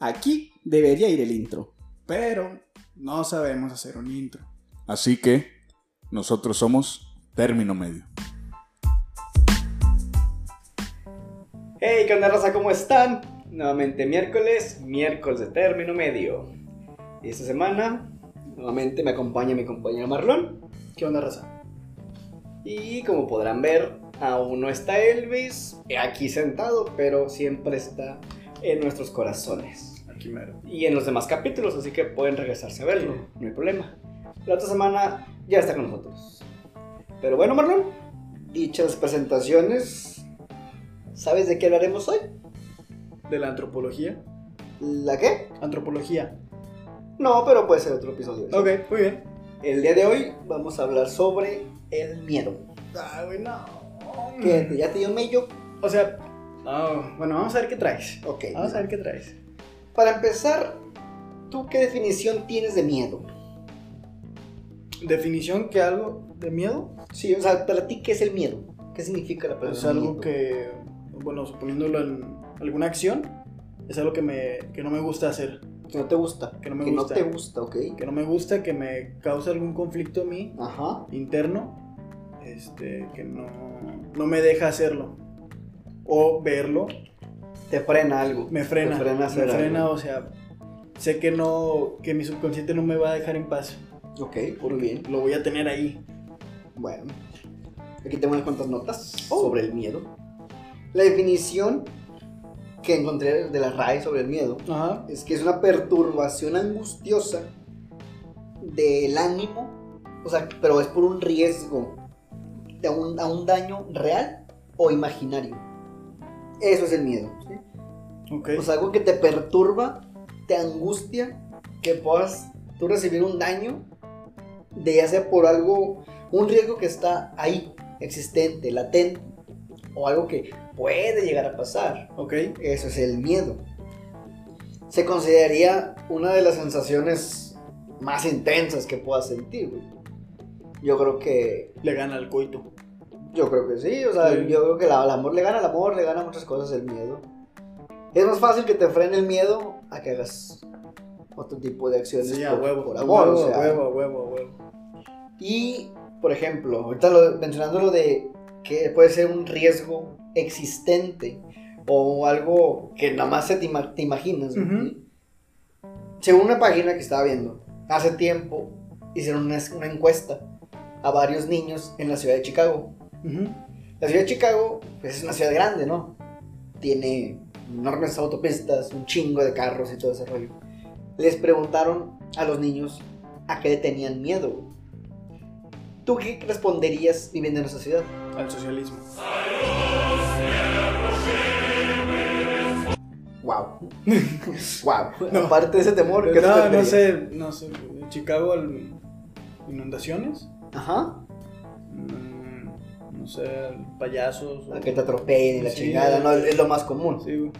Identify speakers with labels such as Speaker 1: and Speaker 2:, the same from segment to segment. Speaker 1: Aquí debería ir el intro, pero no sabemos hacer un intro.
Speaker 2: Así que nosotros somos término medio.
Speaker 3: Hey, ¿qué onda raza? ¿Cómo están? Nuevamente miércoles, miércoles de término medio. Y esta semana, nuevamente me acompaña mi compañero Marlon.
Speaker 1: ¿Qué onda, raza?
Speaker 3: Y como podrán ver, aún no está Elvis aquí sentado, pero siempre está en nuestros corazones.
Speaker 1: Aquí mero.
Speaker 3: Y en los demás capítulos, así que pueden regresarse a verlo, no hay problema. La otra semana ya está con nosotros. Pero bueno, Marlon, dichas presentaciones, ¿sabes de qué hablaremos hoy?
Speaker 1: ¿De la antropología?
Speaker 3: ¿La qué?
Speaker 1: Antropología.
Speaker 3: No, pero puede ser otro episodio.
Speaker 1: Ok, muy bien.
Speaker 3: El día de hoy vamos a hablar sobre el miedo.
Speaker 1: Ah, güey, no.
Speaker 3: Que te- ya te dio mello.
Speaker 1: O sea, ah, bueno, vamos a ver qué traes.
Speaker 3: Ok.
Speaker 1: Vamos a ver qué traes.
Speaker 3: Para empezar, ¿tú qué definición tienes de miedo?
Speaker 1: Definición que algo de miedo
Speaker 3: Sí, o sea, para ti, ¿qué es el miedo? ¿Qué significa la palabra
Speaker 1: Pues es algo
Speaker 3: miedo?
Speaker 1: que, bueno, suponiéndolo en alguna acción, es algo que, me, que no me gusta hacer.
Speaker 3: que no te gusta.
Speaker 1: que no me
Speaker 3: que
Speaker 1: gusta.
Speaker 3: no te gusta, ok.
Speaker 1: Que no me gusta, que me causa algún conflicto a mí
Speaker 3: Ajá.
Speaker 1: interno, este, que no, no me deja hacerlo. O verlo,
Speaker 3: Te frena algo.
Speaker 1: me frena.
Speaker 3: Te frena
Speaker 1: me
Speaker 3: hacer
Speaker 1: frena,
Speaker 3: algo.
Speaker 1: o sea, sé que no, que mi subconsciente no me va a dejar en paz.
Speaker 3: Ok, muy bien.
Speaker 1: Lo voy a tener ahí.
Speaker 3: Bueno. Aquí tengo unas cuantas notas
Speaker 1: Oh.
Speaker 3: sobre el miedo. La definición que encontré de la RAE sobre el miedo
Speaker 1: Ajá.
Speaker 3: es que es una perturbación angustiosa del ánimo, o sea, pero es por un riesgo de un, a un daño real o imaginario. Eso es el miedo. ¿sí?
Speaker 1: Ok.
Speaker 3: O sea, algo que te perturba, te angustia, que puedas tú recibir un daño, de ya sea por algo, un riesgo que está ahí, existente, latente, o algo que puede llegar a pasar.
Speaker 1: ok.
Speaker 3: Eso es el miedo. Se consideraría una de las sensaciones más intensas que puedas sentir, güey. Yo creo que.
Speaker 1: Le gana al coito.
Speaker 3: Yo creo que sí. O sea,
Speaker 1: Sí.
Speaker 3: yo creo que la- el amor le gana al amor, le gana muchas cosas el miedo. Es más fácil que te frene el miedo a que hagas otro tipo de acciones
Speaker 1: Sí, a
Speaker 3: por,
Speaker 1: huevo.
Speaker 3: por
Speaker 1: a
Speaker 3: amor.
Speaker 1: huevo,
Speaker 3: o sea.
Speaker 1: a huevo, a huevo, a huevo.
Speaker 3: Y, por ejemplo, ahorita lo- mencionando lo de que puede ser un riesgo existente o algo que nada más se te, ima- te imaginas. güey.
Speaker 1: Ujú.
Speaker 3: Según una página que estaba viendo, hace tiempo hicieron una, una encuesta a varios niños en la ciudad de Chicago.
Speaker 1: Ujú.
Speaker 3: La ciudad de Chicago pues, es una ciudad grande, ¿no? Tiene enormes autopistas, un chingo de carros y todo ese rollo. Les preguntaron a los niños a qué le tenían miedo. güey. ¿Tú qué responderías viviendo en esa ciudad?
Speaker 1: Al socialismo.
Speaker 3: ¡Wow! ¡Wow! Aparte de ese temor, ¿qué
Speaker 1: no, no
Speaker 3: responderías?
Speaker 1: sé, no sé. Chicago, al- inundaciones.
Speaker 3: Ajá.
Speaker 1: Mm, no sé, al payasos. o-
Speaker 3: A que te atropellen y la
Speaker 1: Sí,
Speaker 3: chingada,
Speaker 1: eh.
Speaker 3: ¿no? Es lo más común.
Speaker 1: Sí, güey.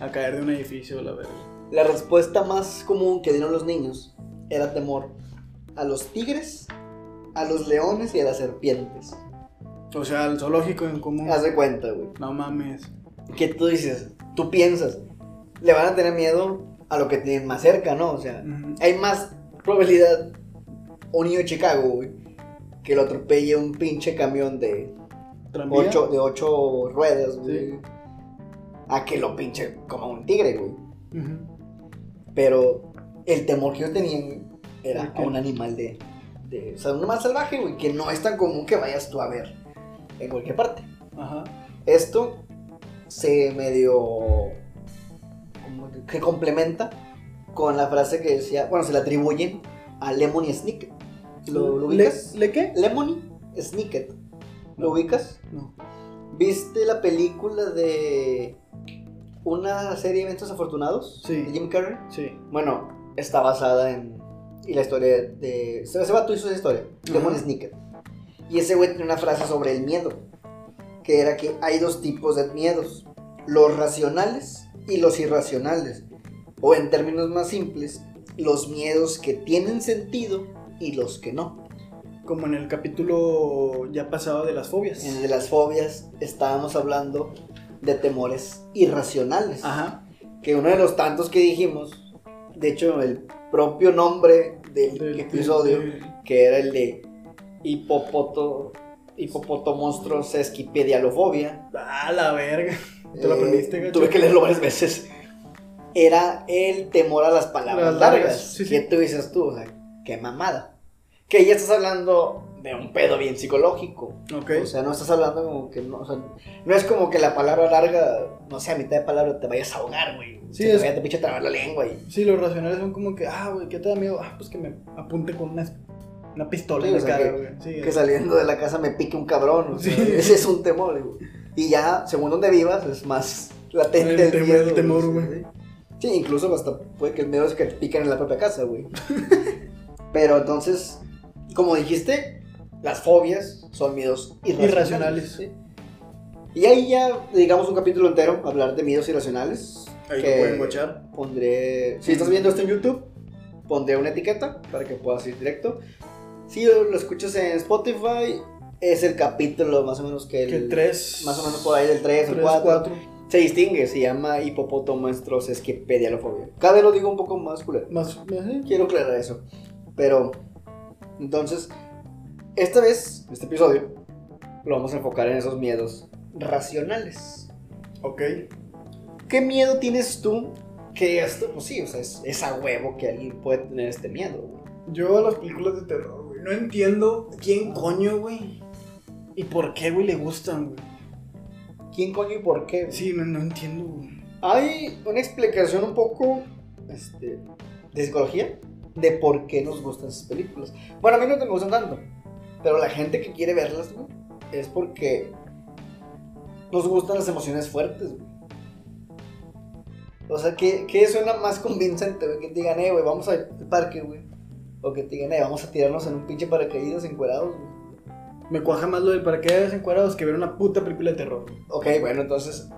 Speaker 1: A caer de un edificio, la verga.
Speaker 3: La respuesta más común que dieron los niños era temor a los tigres, a los leones y a las serpientes.
Speaker 1: O sea, al zoológico en común.
Speaker 3: Haz de cuenta, güey.
Speaker 1: No mames.
Speaker 3: que tú dices, tú piensas, le van a tener miedo a lo que tienen más cerca, ¿no? O sea,
Speaker 1: Ujú.
Speaker 3: hay más probabilidad un niño de Chicago, güey, que lo atropelle un pinche camión de
Speaker 1: ¿Tranvía?
Speaker 3: ocho, de ocho ruedas, güey,
Speaker 1: Sí.
Speaker 3: a que lo pinche como un tigre, güey.
Speaker 1: Ujú.
Speaker 3: Pero el temor que yo tenía güey, era
Speaker 1: ¿De qué?
Speaker 3: a un animal de, de, o sea, un animal salvaje, güey, que no es tan común que vayas tú a ver en cualquier parte.
Speaker 1: Ajá.
Speaker 3: Esto se medio como que complementa con la frase que decía, bueno, se le atribuyen a Lemony Snicket. ¿Lo, lo
Speaker 1: ¿Le,
Speaker 3: ubicas?
Speaker 1: ¿Le qué?
Speaker 3: Lemony Snicket. ¿Lo ubicas?
Speaker 1: No.
Speaker 3: ¿Viste la película de una serie de eventos afortunados?
Speaker 1: Sí.
Speaker 3: De Jim Carrey.
Speaker 1: Sí.
Speaker 3: Bueno, está basada en. Y la historia de. Se se va tú y su historia.
Speaker 1: Ajá.
Speaker 3: Lemon Snicket. Y ese güey tiene una frase sobre el miedo. Que era que hay dos tipos de miedos: los racionales y los irracionales. O en términos más simples, los miedos que tienen sentido y los que no.
Speaker 1: Como en el capítulo ya pasado de las fobias.
Speaker 3: En el de las fobias estábamos hablando de temores irracionales.
Speaker 1: Ajá.
Speaker 3: que uno de los tantos que dijimos, de hecho, el propio nombre del,
Speaker 1: Del-
Speaker 3: episodio,
Speaker 1: del-
Speaker 3: que era el de hipopoto, hipopoto monstruo sesquipedialofobia,
Speaker 1: Ah, la verga. ¿Te lo
Speaker 3: eh,
Speaker 1: aprendiste, gacho?
Speaker 3: tuve que leerlo varias veces, era el temor a las palabras
Speaker 1: Las largas,
Speaker 3: largas.
Speaker 1: sí,
Speaker 3: ¿Qué
Speaker 1: sí.
Speaker 3: tú dices tú? O sea, qué mamada. Que ya estás hablando de un pedo bien psicológico.
Speaker 1: Ok.
Speaker 3: O sea, no estás hablando como que no, o sea, no es como que la palabra larga, no sé, a mitad de palabra te vayas a ahogar, güey.
Speaker 1: Sí,
Speaker 3: Sí, te
Speaker 1: es-
Speaker 3: vaya a pinche trabar la lengua y
Speaker 1: Sí, los racionales son como que, ah, güey, ¿qué te da miedo? Ah, pues que me apunte con una, una pistola
Speaker 3: Sí,
Speaker 1: en
Speaker 3: o
Speaker 1: la
Speaker 3: sea,
Speaker 1: cara,
Speaker 3: que-
Speaker 1: güey. Sí,
Speaker 3: que saliendo de la casa me pique un cabrón. o sea,
Speaker 1: Sí.
Speaker 3: Ese es un temor, güey. Y ya, según donde vivas, es más latente el,
Speaker 1: El temor- el
Speaker 3: miedo,
Speaker 1: temor,
Speaker 3: sí,
Speaker 1: güey.
Speaker 3: Sí, incluso hasta puede que el miedo es que te piquen en la propia casa, güey. Pero entonces, como dijiste, las fobias son miedos irracionales.
Speaker 1: Irracionales.
Speaker 3: ¿sí? Y ahí ya dedicamos un capítulo entero a hablar de miedos irracionales.
Speaker 1: ahí
Speaker 3: que-
Speaker 1: lo pueden guachar.
Speaker 3: pondré. Si estás viendo esto en YouTube, pondré una etiqueta para que puedas ir directo. Si lo escuchas en Spotify, es el capítulo más o menos que
Speaker 1: Que
Speaker 3: el.
Speaker 1: tres.
Speaker 3: Más o menos por ahí del 3 o
Speaker 1: tres,
Speaker 3: 4.
Speaker 1: cuatro.
Speaker 3: Se distingue, se llama hipopotomonstruos esquipedialofobia. Cada vez lo digo un poco más culero.
Speaker 1: Más. ¿eh? ajá.
Speaker 3: Quiero aclarar eso. Pero. Entonces, esta vez, este episodio, lo vamos a enfocar en esos miedos racionales.
Speaker 1: Ok.
Speaker 3: ¿Qué miedo tienes tú? Que esto, pues sí, o sea, es, es a huevo que alguien puede tener este miedo, güey.
Speaker 1: Yo a las películas de terror, güey. No entiendo quién coño, güey. Y por qué, güey, le gustan, güey.
Speaker 3: ¿Quién coño y por qué? güey?
Speaker 1: Sí, no, no entiendo, güey.
Speaker 3: Hay una explicación un poco este, de psicología de por qué nos gustan esas películas. Bueno, a mí no me gustan tanto, pero la gente que quiere verlas, güey, es porque nos gustan las emociones fuertes, güey. O sea, que, que suena más convincente, güey, que te digan, eh, güey, vamos al parque, güey. O que te digan, eh, vamos a tirarnos en un pinche paracaídas encuerados, güey.
Speaker 1: Me cuaja más lo del paracaídas encuadrados que ver una puta película de terror. güey.
Speaker 3: Ok, bueno, entonces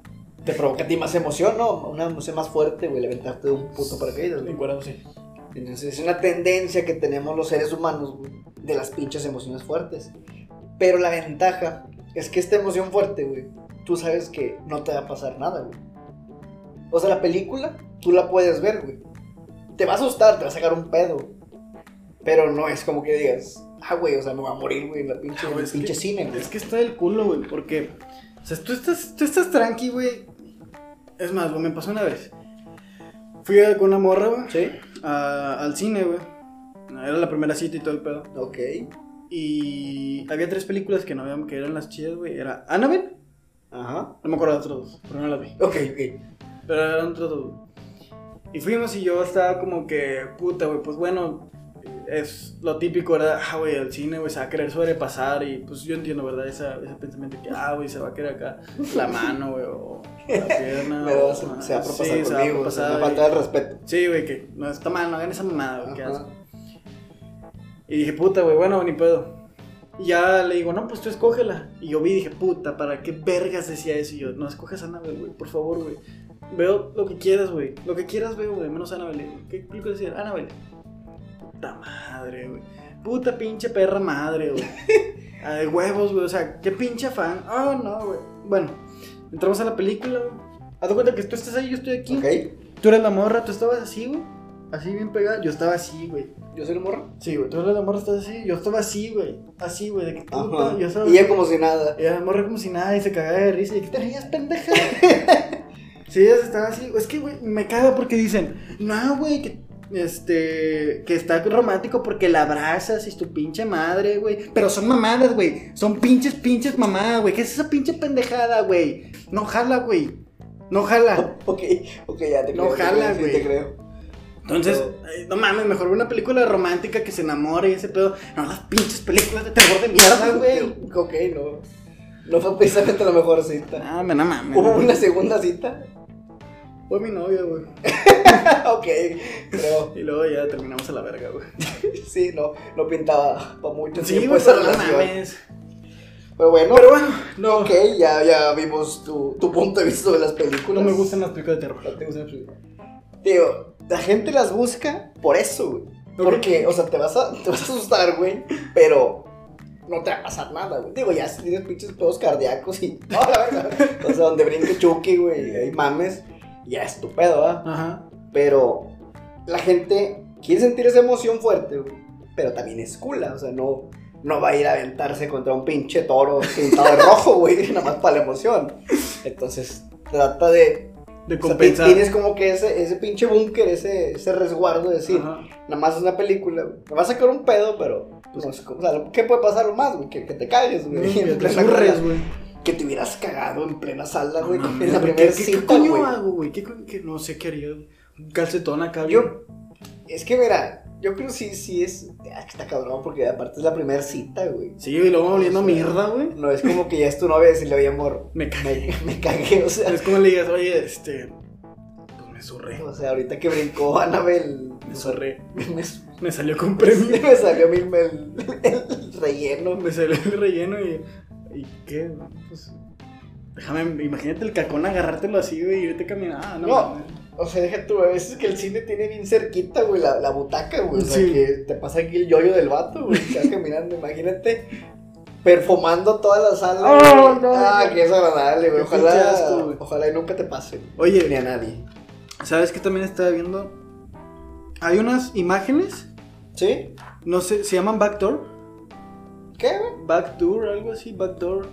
Speaker 3: te provoca a ti más emoción, ¿no? Una emoción más fuerte, güey, levantarte de un puto paracaídas, güey.
Speaker 1: Encuadrados, sí.
Speaker 3: Entonces es una tendencia que tenemos los seres humanos, güey, de las pinches emociones fuertes. Pero la ventaja es que esta emoción fuerte, güey, tú sabes que no te va a pasar nada, güey. O sea, la película, tú la puedes ver, güey. Te va a asustar, te va a sacar un pedo. Pero no es como que digas, ah, güey, o sea, me va a morir, güey, en la pinche,
Speaker 1: Ah,
Speaker 3: en
Speaker 1: güey,
Speaker 3: el
Speaker 1: es
Speaker 3: pinche
Speaker 1: que-
Speaker 3: cine, güey.
Speaker 1: Es que está del culo, güey, porque. O sea, tú estás, tú estás tranqui, güey. Es más, güey, me pasó una vez. Fui eh, con una morra, güey,
Speaker 3: Sí,
Speaker 1: a- al cine, güey. Era la primera cita y todo el pedo.
Speaker 3: ok.
Speaker 1: Y había tres películas que no habían, que eran las chidas, güey. Era Annabelle,
Speaker 3: Ajá.
Speaker 1: no me acuerdo de las otras dos, porque no las vi.
Speaker 3: Ok, ok.
Speaker 1: Pero eran otras dos. güey. Y fuimos y yo estaba como que, puta, güey, pues bueno, es lo típico, ¿verdad? Ah, güey, el cine, güey, se va a querer sobrepasar. Y pues yo entiendo, ¿verdad? Esa, ese pensamiento que, ah, güey, se va a querer acá la mano, güey, o la pierna.
Speaker 3: Me va-
Speaker 1: o-
Speaker 3: se, se va a propasar
Speaker 1: sí, se va a
Speaker 3: conmigo, o sea,
Speaker 1: propasar,
Speaker 3: me
Speaker 1: güey.
Speaker 3: falta el respeto.
Speaker 1: Sí, güey, que no está mal, no hagan esa mamada, güey, qué asco.
Speaker 3: Ajá.
Speaker 1: Y dije, puta, güey, bueno, ni pedo. Y ya le digo, no, pues tú escógela. Y yo vi y dije, puta, ¿para qué vergas decía eso? Y yo, no escojas a Anabel, güey, por favor, güey. Veo lo que quieras, güey. Lo que quieras veo, güey, menos Anabel. ¿Qué película decía? Anabel. Puta madre, güey. Puta pinche perra madre, güey. Ah, de huevos, güey. O sea, qué pinche fan. Oh, no, güey. Bueno, entramos a la película, güey. Haz de cuenta que tú estás ahí, yo estoy aquí.
Speaker 3: Ok,
Speaker 1: Tú eres la morra, tú estabas así, güey. Así bien pegada. Yo estaba así, güey.
Speaker 3: yo soy el morro.
Speaker 1: Sí, güey. Tú eres la morra, estás así. Yo estaba así, güey. Así, güey. De que puta,
Speaker 3: Ajá.
Speaker 1: yo estaba.
Speaker 3: Y ella como si nada.
Speaker 1: Y la morra como si nada y se cagaba de risa. Y que te rías, pendeja. sí, ella estaba así. güey. Es que, güey, me caga porque dicen, no, güey, que. Este, que está romántico porque la abrazas y es tu pinche madre, güey. Pero son mamadas, güey. Son pinches, pinches mamadas, güey. ¿Qué es esa pinche pendejada, güey? No jala, güey. No jala.
Speaker 3: Ok, ok, ya te creo.
Speaker 1: No
Speaker 3: te
Speaker 1: jala,
Speaker 3: creo, sí,
Speaker 1: güey.
Speaker 3: te creo.
Speaker 1: Entonces, ay, no mames, mejor ve una película romántica que se enamore y ese pedo. No, las pinches películas de terror de mierda, güey.
Speaker 3: Ok, no. No fue precisamente la mejor cita.
Speaker 1: Ah, me no mames.
Speaker 3: ¿Hubo una segunda cita?
Speaker 1: Fue mi novia, güey.
Speaker 3: ok, creo.
Speaker 1: Y luego ya terminamos a la verga, güey.
Speaker 3: Sí, no, no pintaba para mucho
Speaker 1: Sí,
Speaker 3: tiempo
Speaker 1: güey,
Speaker 3: esa
Speaker 1: pero no
Speaker 3: relación.
Speaker 1: mames.
Speaker 3: Pero bueno,
Speaker 1: Pero bueno, no.
Speaker 3: ok, ya, ya vimos tu, tu punto de vista de las películas.
Speaker 1: No me gustan las películas de terror.
Speaker 3: No te gustan las películas. Tío, la gente las busca por eso, güey. Porque, o sea, te vas a, te vas a asustar, güey, pero no te va a pasar nada, güey. Digo, ya si tienes pinches pedos cardíacos y. No, la verdad. O sea, donde brinque Chucky, güey, hay mames. ya es tu pedo, ¿verdad?
Speaker 1: Ajá.
Speaker 3: Pero la gente quiere sentir esa emoción fuerte, güey, pero también es cula, o sea, no, no va a ir a aventarse contra un pinche toro pintado de rojo, güey, nada más para la emoción. Entonces, trata de...
Speaker 1: De
Speaker 3: o sea,
Speaker 1: compensar.
Speaker 3: tienes como que ese, ese pinche búnker, ese, ese resguardo de decir,
Speaker 1: Ajá.
Speaker 3: nada más es una película, güey. Me va a sacar un pedo, pero... pues, no sé cómo- o sea, ¿qué puede pasar más, güey? Que, que te calles, güey.
Speaker 1: Que
Speaker 3: En
Speaker 1: te
Speaker 3: plena
Speaker 1: zurres,
Speaker 3: cola.
Speaker 1: güey.
Speaker 3: que te hubieras cagado en plena sala, güey.
Speaker 1: No mames,
Speaker 3: en la
Speaker 1: güey,
Speaker 3: primera
Speaker 1: ¿qué-
Speaker 3: cita,
Speaker 1: ¿Qué coño
Speaker 3: güey.
Speaker 1: hago, güey? ¿Qué coño? que No sé qué haría. güey? Un calcetón acá, güey.
Speaker 3: Yo, es que verá, yo creo que sí, sí es. Ah, que está cabrón, porque aparte es la primera cita, güey.
Speaker 1: Sí, y luego oliendo
Speaker 3: O sea,
Speaker 1: mierda, güey.
Speaker 3: No es como que ya es tu novia y decirle, oye, amor,
Speaker 1: Me cagué.
Speaker 3: me, me cagué, o sea.
Speaker 1: Es como le digas, oye, este. Pues me zurré.
Speaker 3: O sea, ahorita que brincó Anabel,
Speaker 1: Me zurré.
Speaker 3: me,
Speaker 1: Me salió con premio.
Speaker 3: me salió a mí el, el relleno.
Speaker 1: Me salió el relleno y. ¿Y qué? No, Pues. Déjame, imagínate el cacón agarrártelo así, güey, y irte caminando. Ah, no.
Speaker 3: No.
Speaker 1: mames.
Speaker 3: O sea, deja tú, a veces que el cine tiene bien cerquita, güey, la, la butaca, güey. O sea,
Speaker 1: Sí.
Speaker 3: que te pasa aquí el yoyo del vato, güey, que vas caminando, imagínate. Perfumando toda la sala.
Speaker 1: Oh,
Speaker 3: güey.
Speaker 1: no,
Speaker 3: ah,
Speaker 1: no.
Speaker 3: que es agradable, güey.
Speaker 1: Qué pinche
Speaker 3: Ojalá,
Speaker 1: asco, güey.
Speaker 3: ojalá y nunca te pase. Ni
Speaker 1: Oye,
Speaker 3: a nadie.
Speaker 1: ¿sabes qué también estaba viendo? Hay unas imágenes,
Speaker 3: ¿Sí?
Speaker 1: no sé, se llaman backdoor.
Speaker 3: ¿Qué, güey?
Speaker 1: Backdoor, algo así, backdoor.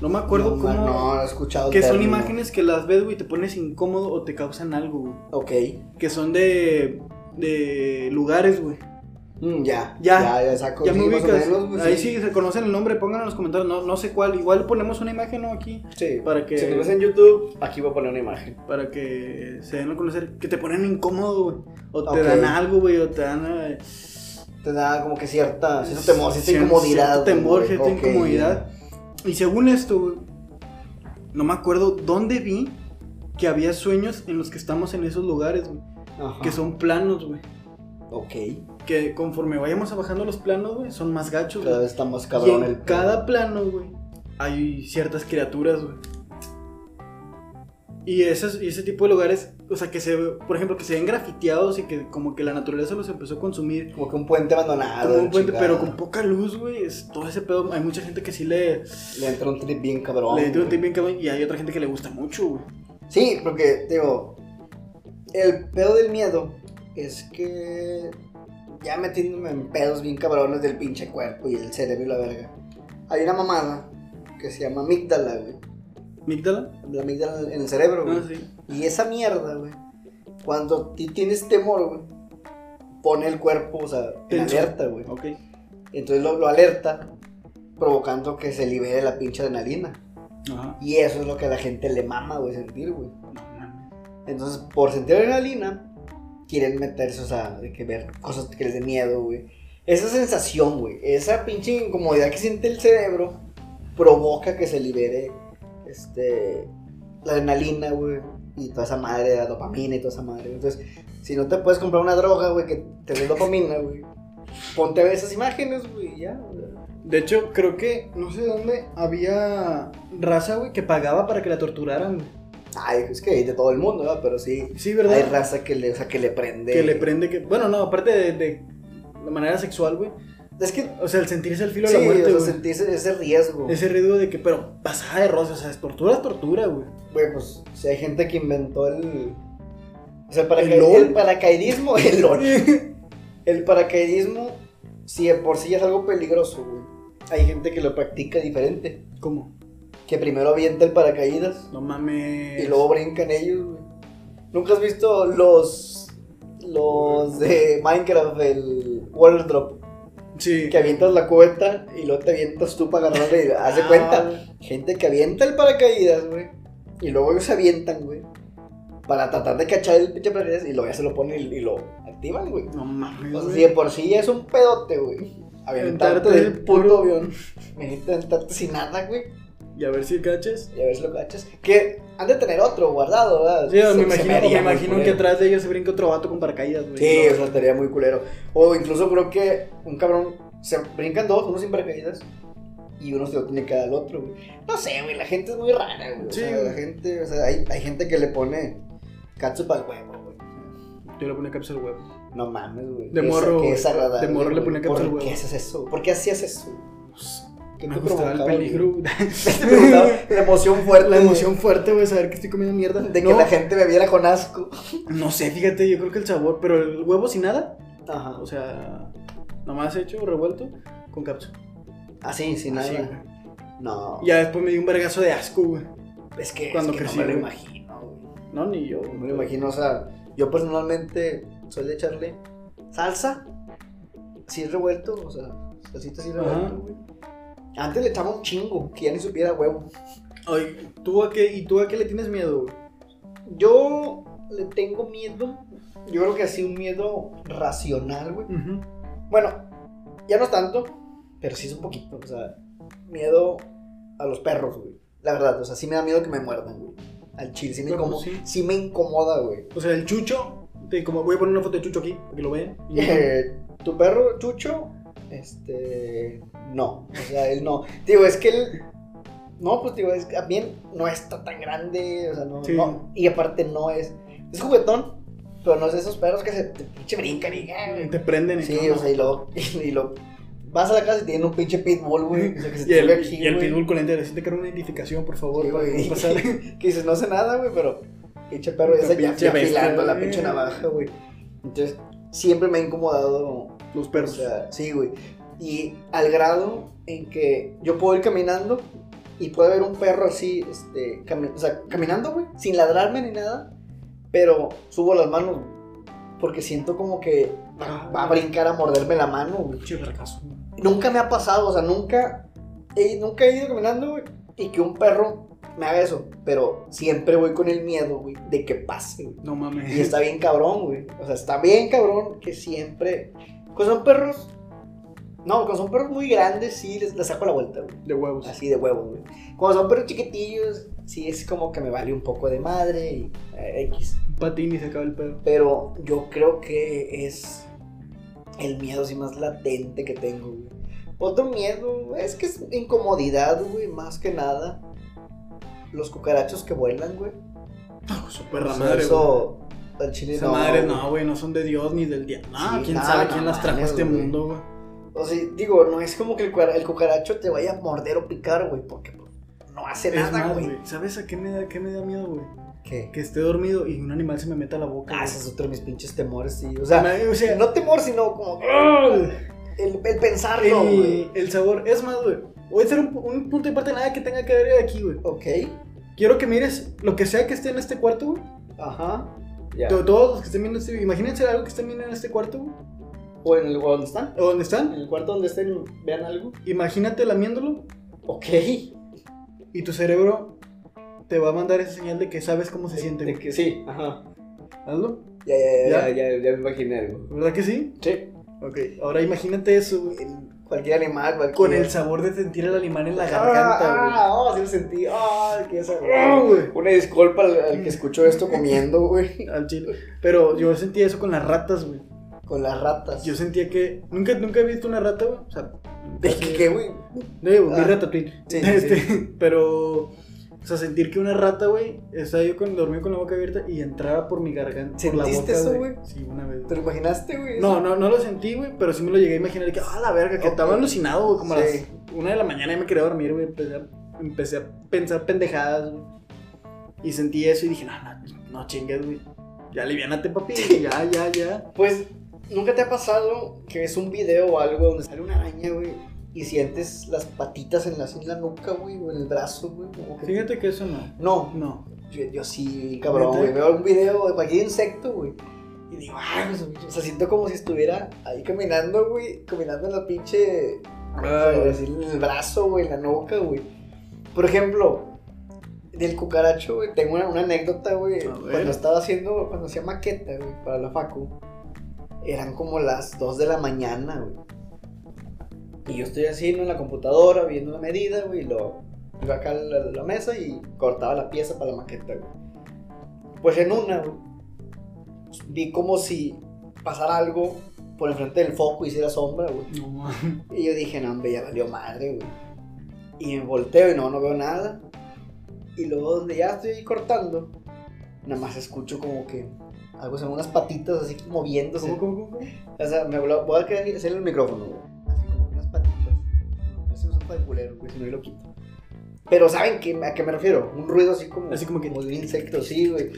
Speaker 1: No me acuerdo
Speaker 3: no,
Speaker 1: cómo.
Speaker 3: No, no he escuchado. el
Speaker 1: que son
Speaker 3: término.
Speaker 1: imágenes que las ves, güey, y te pones incómodo o te causan algo, güey.
Speaker 3: Ok.
Speaker 1: Que son de. de lugares, güey.
Speaker 3: Mm, ya.
Speaker 1: Ya.
Speaker 3: Ya, ya saco.
Speaker 1: Ya
Speaker 3: sí,
Speaker 1: me
Speaker 3: más o
Speaker 1: ubicas.
Speaker 3: menos, pues, güey,
Speaker 1: Ahí sí se conocen el nombre, pongan en los comentarios. No, no sé cuál. Igual ponemos una imagen, ¿no? Aquí.
Speaker 3: Sí.
Speaker 1: Para que.
Speaker 3: Si lo ves en YouTube, aquí voy a poner una imagen.
Speaker 1: Para que se den a conocer. Que te ponen incómodo, güey. O te
Speaker 3: Ok.
Speaker 1: dan algo, güey. O te dan. eh,
Speaker 3: Te da como que cierta, cierto temor, cierta
Speaker 1: cier-
Speaker 3: incomodidad.
Speaker 1: cierto temor,
Speaker 3: güey.
Speaker 1: cierta
Speaker 3: Ok,
Speaker 1: incomodidad. Y según esto, güey, no me acuerdo dónde vi que había sueños en los que estamos en esos lugares, güey,
Speaker 3: Ajá.
Speaker 1: que son planos, güey.
Speaker 3: Ok.
Speaker 1: Que conforme vayamos bajando los planos, güey, son más gachos,
Speaker 3: Cada
Speaker 1: güey.
Speaker 3: vez está más
Speaker 1: Y
Speaker 3: cabrón
Speaker 1: en
Speaker 3: el.
Speaker 1: cada plano, güey, hay ciertas criaturas, güey. Y esos- y ese tipo de lugares, o sea, que se, por ejemplo, que se ven grafiteados y que como que la naturaleza los empezó a consumir
Speaker 3: Como que un puente abandonado.
Speaker 1: Como un
Speaker 3: Ah, la
Speaker 1: puente, pero
Speaker 3: chingada.
Speaker 1: con poca luz, güey. es todo ese pedo. Hay mucha gente que sí le.
Speaker 3: Le entra un trip bien cabrón.
Speaker 1: le dio un
Speaker 3: güey.
Speaker 1: tip bien cabrón, Y hay otra gente que le gusta mucho, güey.
Speaker 3: Sí, porque, digo. El pedo del miedo es que. Ya metiéndome en pedos bien cabrones del pinche cuerpo y el cerebro y la verga. Hay una mamada que se llama amígdala, güey.
Speaker 1: ¿Mígdala?
Speaker 3: La amígdala en el cerebro, güey.
Speaker 1: Ah, sí.
Speaker 3: Y esa mierda, güey. Cuando ti- tienes temor, güey. Pone el cuerpo, o sea, en
Speaker 1: Tenso.
Speaker 3: alerta, güey.
Speaker 1: Ok.
Speaker 3: Entonces lo, lo alerta, provocando que se libere la pinche adrenalina.
Speaker 1: Ajá.
Speaker 3: Y eso es lo que a la gente le mama, güey, sentir, güey.
Speaker 1: No mames.
Speaker 3: Entonces, por sentir adrenalina, quieren meterse, o sea, de que ver cosas que les dé miedo, güey. Esa sensación, güey, esa pinche incomodidad que siente el cerebro, provoca que se libere, este, la adrenalina, güey, y toda esa madre, la dopamina y toda esa madre. Entonces, si no te puedes comprar una droga, güey, que te dé dopamina, güey, ponte a ver esas imágenes, güey, y ya, güey.
Speaker 1: De hecho, creo que no sé dónde había raza, güey, que pagaba para que la torturaran. güey.
Speaker 3: Ay, es que hay de todo el mundo, ¿verdad? Pero sí,
Speaker 1: Sí,
Speaker 3: hay
Speaker 1: ¿verdad?
Speaker 3: raza que le, o sea, que le prende.
Speaker 1: Que le prende que. Bueno, no, aparte de, de, de manera sexual, güey.
Speaker 3: Es que
Speaker 1: O sea, el sentirse al filo
Speaker 3: Sí,
Speaker 1: de la muerte,
Speaker 3: o sea,
Speaker 1: güey.
Speaker 3: sentirse ese riesgo.
Speaker 1: Ese ruido de que, pero pasada de rosa, o sea, es tortura, es tortura, güey.
Speaker 3: Güey, pues, si hay gente que inventó el. O sea, el, paracaid-
Speaker 1: El LOL.
Speaker 3: el paracaidismo. El LOL. El paracaidismo, si de por sí es algo peligroso, güey. Hay gente que lo practica diferente.
Speaker 1: ¿Cómo?
Speaker 3: Que primero avienta el paracaídas
Speaker 1: No mames.
Speaker 3: y luego brincan ellos, güey. ¿Nunca has visto los. Los de Minecraft, el World Drop?
Speaker 1: Sí.
Speaker 3: Que avientas la cubeta y luego te avientas tú para agarrarla y haz de
Speaker 1: Ah,
Speaker 3: cuenta.
Speaker 1: güey.
Speaker 3: Gente que avienta el paracaídas, güey. Y luego ellos se avientan, güey. Para tratar de cachar el pinche paracaídas. Y luego ya se lo ponen y, y lo activan, güey.
Speaker 1: No mames.
Speaker 3: O sea,
Speaker 1: güey.
Speaker 3: si de por Pues, sí ya es un pedote, güey. Aventarte
Speaker 1: Aventarte
Speaker 3: del
Speaker 1: del
Speaker 3: puto
Speaker 1: puro-
Speaker 3: avión. Venirte a aventarte sin nada, güey.
Speaker 1: Y a ver si cachas.
Speaker 3: Y a ver si lo cachas. Que han de tener otro guardado, ¿verdad?
Speaker 1: Sí,
Speaker 3: pues, Se-
Speaker 1: me
Speaker 3: se
Speaker 1: imagino,
Speaker 3: haría
Speaker 1: me
Speaker 3: muy
Speaker 1: imagino que
Speaker 3: culero.
Speaker 1: atrás de ellos se brinca otro vato con paracaídas, güey.
Speaker 3: Sí,
Speaker 1: Pues No.
Speaker 3: eso estaría muy culero. O incluso creo que un cabrón se brincan dos, uno sin paracaídas y uno se lo tiene que dar al otro, güey. No sé, güey, la gente es muy rara, güey. O
Speaker 1: Sí,
Speaker 3: sea,
Speaker 1: güey.
Speaker 3: la gente, o sea, hay, hay gente que le pone catsup al huevo, güey.
Speaker 1: Yo le ponía capsa al huevo.
Speaker 3: No mames, güey.
Speaker 1: De
Speaker 3: Que es-
Speaker 1: morro,
Speaker 3: que
Speaker 1: güey.
Speaker 3: es agradable.
Speaker 1: De morro le
Speaker 3: güey.
Speaker 1: ponía catsup al
Speaker 3: ¿Por qué
Speaker 1: huevo.
Speaker 3: haces eso? ¿Por qué hacías eso?
Speaker 1: Pues, que
Speaker 3: Que Me
Speaker 1: te
Speaker 3: gustaba
Speaker 1: provocaba
Speaker 3: el
Speaker 1: el peligro. güey.
Speaker 3: Te preguntaba, la emoción fuerte.
Speaker 1: la
Speaker 3: de-
Speaker 1: emoción fuerte, güey, saber que estoy comiendo mierda.
Speaker 3: De que
Speaker 1: no,
Speaker 3: la gente me viera con asco.
Speaker 1: no sé, fíjate, yo creo que el sabor, pero el huevo sin nada,
Speaker 3: Ajá.
Speaker 1: o sea, nomás hecho, revuelto, con cápsula.
Speaker 3: Así, Ah, sin nada.
Speaker 1: Así, güey.
Speaker 3: no.
Speaker 1: Ya después me dio un vergazo de asco, güey.
Speaker 3: Es que,
Speaker 1: Cuando
Speaker 3: es que
Speaker 1: crecí,
Speaker 3: no me lo
Speaker 1: güey.
Speaker 3: imagino, güey.
Speaker 1: No, ni yo.
Speaker 3: No me lo imagino, o sea, yo personalmente soy de echarle salsa, así revuelto, o sea, salsita así revuelto, güey. Antes le echaba un chingo, que ya ni supiera huevo.
Speaker 1: Ay, ¿tú a qué, ¿Y tú a qué le tienes miedo, güey?
Speaker 3: Yo le tengo miedo, yo creo que así un miedo racional, güey. Bueno, ya no es tanto, pero sí es un poquito, o sea, miedo a los perros, güey. La verdad, o sea, sí me da miedo que me muerdan, güey. Al chile, sí me,
Speaker 1: Pero,
Speaker 3: incomo-
Speaker 1: pues, sí.
Speaker 3: sí me incomoda, güey.
Speaker 1: O sea, el chucho, te- como voy a poner una foto de chucho aquí, para que lo vean.
Speaker 3: Eh, tu perro, Chucho, este. No, o sea, él no. Digo, es que él. No, pues digo, es que también no está tan grande, o sea, no.
Speaker 1: Sí.
Speaker 3: no, y aparte, no es. Es juguetón, pero no es de esos perros que se te pinche brincan y. eh,
Speaker 1: Y te prenden. y
Speaker 3: Sí,
Speaker 1: todo,
Speaker 3: o sea, y luego. Y luego vas a la casa y tienen un pinche pitbull, güey. O sea, que se
Speaker 1: Y
Speaker 3: te sube
Speaker 1: el,
Speaker 3: aquí,
Speaker 1: y el
Speaker 3: güey.
Speaker 1: pitbull con lente, necesita que era una identificación, por favor.
Speaker 3: Sí,
Speaker 1: para
Speaker 3: güey.
Speaker 1: no pasar.
Speaker 3: que dices, no hace nada, güey, pero pinche perro
Speaker 1: Puta
Speaker 3: ese ya
Speaker 1: pinche
Speaker 3: ya
Speaker 1: bestia,
Speaker 3: afilando la
Speaker 1: güey.
Speaker 3: pinche navaja, güey. Entonces, siempre me ha incomodado
Speaker 1: Los
Speaker 3: o
Speaker 1: perros.
Speaker 3: sea, sí, güey. Y al grado en que yo puedo ir caminando y puede haber un perro así, este, cami- o sea, caminando, güey, sin ladrarme ni nada, pero subo las manos, güey, porque siento como que va va a brincar a morderme la mano, güey.
Speaker 1: Pinche fracaso.
Speaker 3: Nunca me ha pasado, o sea, nunca he, nunca he ido caminando, güey, y que un perro me haga eso, pero siempre voy con el miedo, güey, de que pase, güey.
Speaker 1: No
Speaker 3: Y
Speaker 1: mames.
Speaker 3: está bien cabrón, güey. O sea, está bien cabrón que siempre. Cuando son perros. No, cuando son perros muy grandes, sí, les, les saco la vuelta, güey.
Speaker 1: De huevos.
Speaker 3: Así de huevo, güey. Cuando son perros chiquitillos, sí es como que me vale un poco de madre y eh, X.
Speaker 1: Un patín y se acaba el pedo.
Speaker 3: Pero yo creo que es el miedo así más latente que tengo, güey. Otro miedo es que es incomodidad, güey, más que nada. Los cucarachos que vuelan, güey.
Speaker 1: Ah, su perra
Speaker 3: O sea,
Speaker 1: madre. güey.
Speaker 3: Eso, al chile
Speaker 1: Esa
Speaker 3: no,
Speaker 1: madre,
Speaker 3: güey.
Speaker 1: no, güey, no son de Dios ni del diablo. No,
Speaker 3: Sí,
Speaker 1: quién
Speaker 3: no,
Speaker 1: sabe
Speaker 3: no
Speaker 1: quién las trajo a
Speaker 3: mames,
Speaker 1: este
Speaker 3: güey.
Speaker 1: mundo, güey.
Speaker 3: O sea, digo, no es como que el, cuara- el cucaracho te vaya a morder o picar, güey, porque pues, no hace
Speaker 1: Es
Speaker 3: nada,
Speaker 1: más,
Speaker 3: güey.
Speaker 1: ¿Sabes a qué me da, qué me da miedo, güey?
Speaker 3: ¿Qué?
Speaker 1: Que esté dormido y un animal se me meta a la boca.
Speaker 3: Ah,
Speaker 1: güey.
Speaker 3: ese es otro de mis pinches temores, sí. O sea,
Speaker 1: Me- o sea,
Speaker 3: no temor, sino como que
Speaker 1: ¡Ugh!
Speaker 3: el, el pensarlo, güey.
Speaker 1: el, el sabor. Es más, güey. Voy a hacer un, un punto de parte nada que tenga que ver de aquí, güey.
Speaker 3: Ok,
Speaker 1: Quiero que mires lo que sea que esté en este cuarto, güey.
Speaker 3: ajá. Ya.
Speaker 1: To- Todos los que estén viendo este imagínense algo que estén viendo en este cuarto, güey.
Speaker 3: ¿O en el o donde están?
Speaker 1: O donde
Speaker 3: En
Speaker 1: están.
Speaker 3: el cuarto donde estén, vean algo.
Speaker 1: Imagínate lamiéndolo
Speaker 3: Ok.
Speaker 1: y tu cerebro te va a mandar esa señal de que sabes cómo se siente,
Speaker 3: De
Speaker 1: güey.
Speaker 3: que sí, ajá.
Speaker 1: Hazlo.
Speaker 3: Ya, ya, ya, ya,
Speaker 1: Ya.
Speaker 3: ya, ya me imaginé algo.
Speaker 1: ¿Verdad que sí?
Speaker 3: Sí.
Speaker 1: Ok. Ahora imagínate eso, güey.
Speaker 3: Cualquier animal, cualquier.
Speaker 1: Con el sabor de sentir el animal en la
Speaker 3: Ah,
Speaker 1: garganta,
Speaker 3: ah, oh, sí lo sentí. Ah, qué sabor.
Speaker 1: güey. Ah, güey.
Speaker 3: Una disculpa al, al que escuchó esto comiendo, güey.
Speaker 1: Al chile. Pero yo sentía eso con las ratas, güey.
Speaker 3: Con las ratas.
Speaker 1: Yo sentía que. Nunca, nunca he visto una rata, güey. O sea.
Speaker 3: ¿De
Speaker 1: casi-
Speaker 3: qué, qué, güey?
Speaker 1: No, digo, vi
Speaker 3: Ah.
Speaker 1: Ratatouille.
Speaker 3: Sí,
Speaker 1: Este, Pero. O sea, sentir que una rata, güey, estaba yo con, dormía con la boca abierta y entraba por mi garganta. Por la boca,
Speaker 3: ¿Sentiste eso, güey?
Speaker 1: Sí, una vez.
Speaker 3: ¿Te lo imaginaste, güey?
Speaker 1: No, no, no lo sentí, güey, pero sí me lo llegué a imaginar. Que, ah, la verga, que
Speaker 3: Ok.
Speaker 1: estaba alucinado, güey, como a
Speaker 3: Sí.
Speaker 1: las una de la mañana y me quería dormir, güey. Empecé a, empecé a pensar pendejadas, güey. Y sentí eso y dije, no, no, no chingues, güey. Ya aliviánate, papi. Ya, ya, ya.
Speaker 3: Pues, ¿nunca te ha pasado que ves un video o algo donde sale una araña, güey? Y sientes las patitas en la, en la nuca, güey, o en el brazo, güey. como que-
Speaker 1: Fíjate que eso no.
Speaker 3: No,
Speaker 1: No.
Speaker 3: yo, yo sí, cabrón,
Speaker 1: ¿Neta?
Speaker 3: güey. Veo un video de cualquier insecto, güey. Y digo, ah, pues, o sea, siento como si estuviera ahí caminando, güey. Caminando en la pinche.
Speaker 1: Ay.
Speaker 3: así, en el brazo, güey, en la nuca, güey. Por ejemplo, del cucaracho, güey. Tengo una, una anécdota, güey.
Speaker 1: A ver.
Speaker 3: Cuando estaba haciendo, cuando hacía maqueta, güey, para la facu. Eran como las 2 de la mañana, güey. Y yo estoy así ¿no? en la computadora, viendo la medida, güey, y lo iba acá a la, la mesa y cortaba la pieza para la maqueta, güey. Pues en una, güey, vi como si pasara algo por enfrente del foco y hiciera sombra, güey.
Speaker 1: No,
Speaker 3: Y yo dije, no, hombre, ya valió madre, güey. Y me volteo y no, no veo nada. Y luego donde ya estoy ahí cortando, nada más escucho como que algo, son unas patitas así moviéndose.
Speaker 1: ¿Cómo, cómo, cómo? cómo?
Speaker 3: O sea, me lo- voy a quedar hacer el micrófono, güey. Así como unas patitas. Pues, se usan tan culero, güey, si no yo lo quito. Pero ¿saben qué, a qué me refiero? Un ruido así como,
Speaker 1: Así como que-
Speaker 3: de insecto, sí, güey.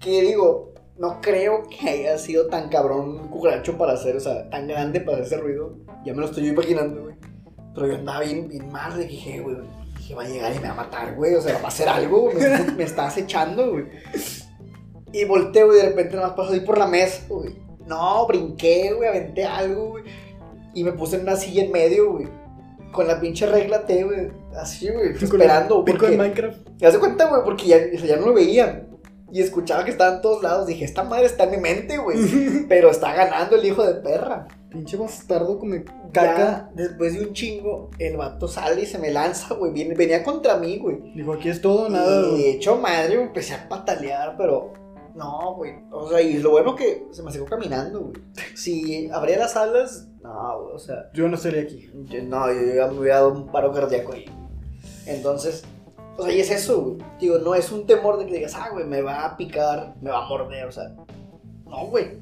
Speaker 3: Que digo, no creo que haya sido tan cabrón un cucaracho para hacer, o sea, tan grande para hacer ese ruido. Ya me lo estoy yo imaginando, güey. Pero yo andaba bien, bien mal, de que dije, "Eh, güey, dije, va a llegar y me va a matar, güey. O sea, va a hacer algo, güey, me, me está acechando, güey. Y volteo y de repente nada más paso ahí por la mesa, güey. No, brinqué, güey, aventé algo, güey. Y me puse en una silla en medio, güey. Con la pinche regla T, güey. Así, güey. Esperando,
Speaker 1: Pico en
Speaker 3: porque...
Speaker 1: Minecraft.
Speaker 3: ¿Te das cuenta, güey? Porque ya, o sea, ya no lo veía. Y escuchaba que estaba en todos lados. Dije, esta madre está en mi mente, güey. Pero está ganando el hijo de perra.
Speaker 1: Pinche bastardo come caca.
Speaker 3: Caca, después de un chingo, el vato sale y se me lanza, güey. Viene- Venía contra mí, güey.
Speaker 1: Dijo, aquí es todo, nada.
Speaker 3: Y
Speaker 1: güey.
Speaker 3: de hecho, madre, me empecé a patalear, pero no, güey. O sea, y lo bueno que se me siguió caminando, güey. Si abría las alas, no, güey, o sea,
Speaker 1: Yo no estaría aquí.
Speaker 3: yo- no, yo ya me hubiera dado un paro cardíaco ahí. Entonces, o sea, y es eso, güey. Digo, no es un temor de que digas, ah, güey, me va a picar, me va a morder, o sea, no, güey.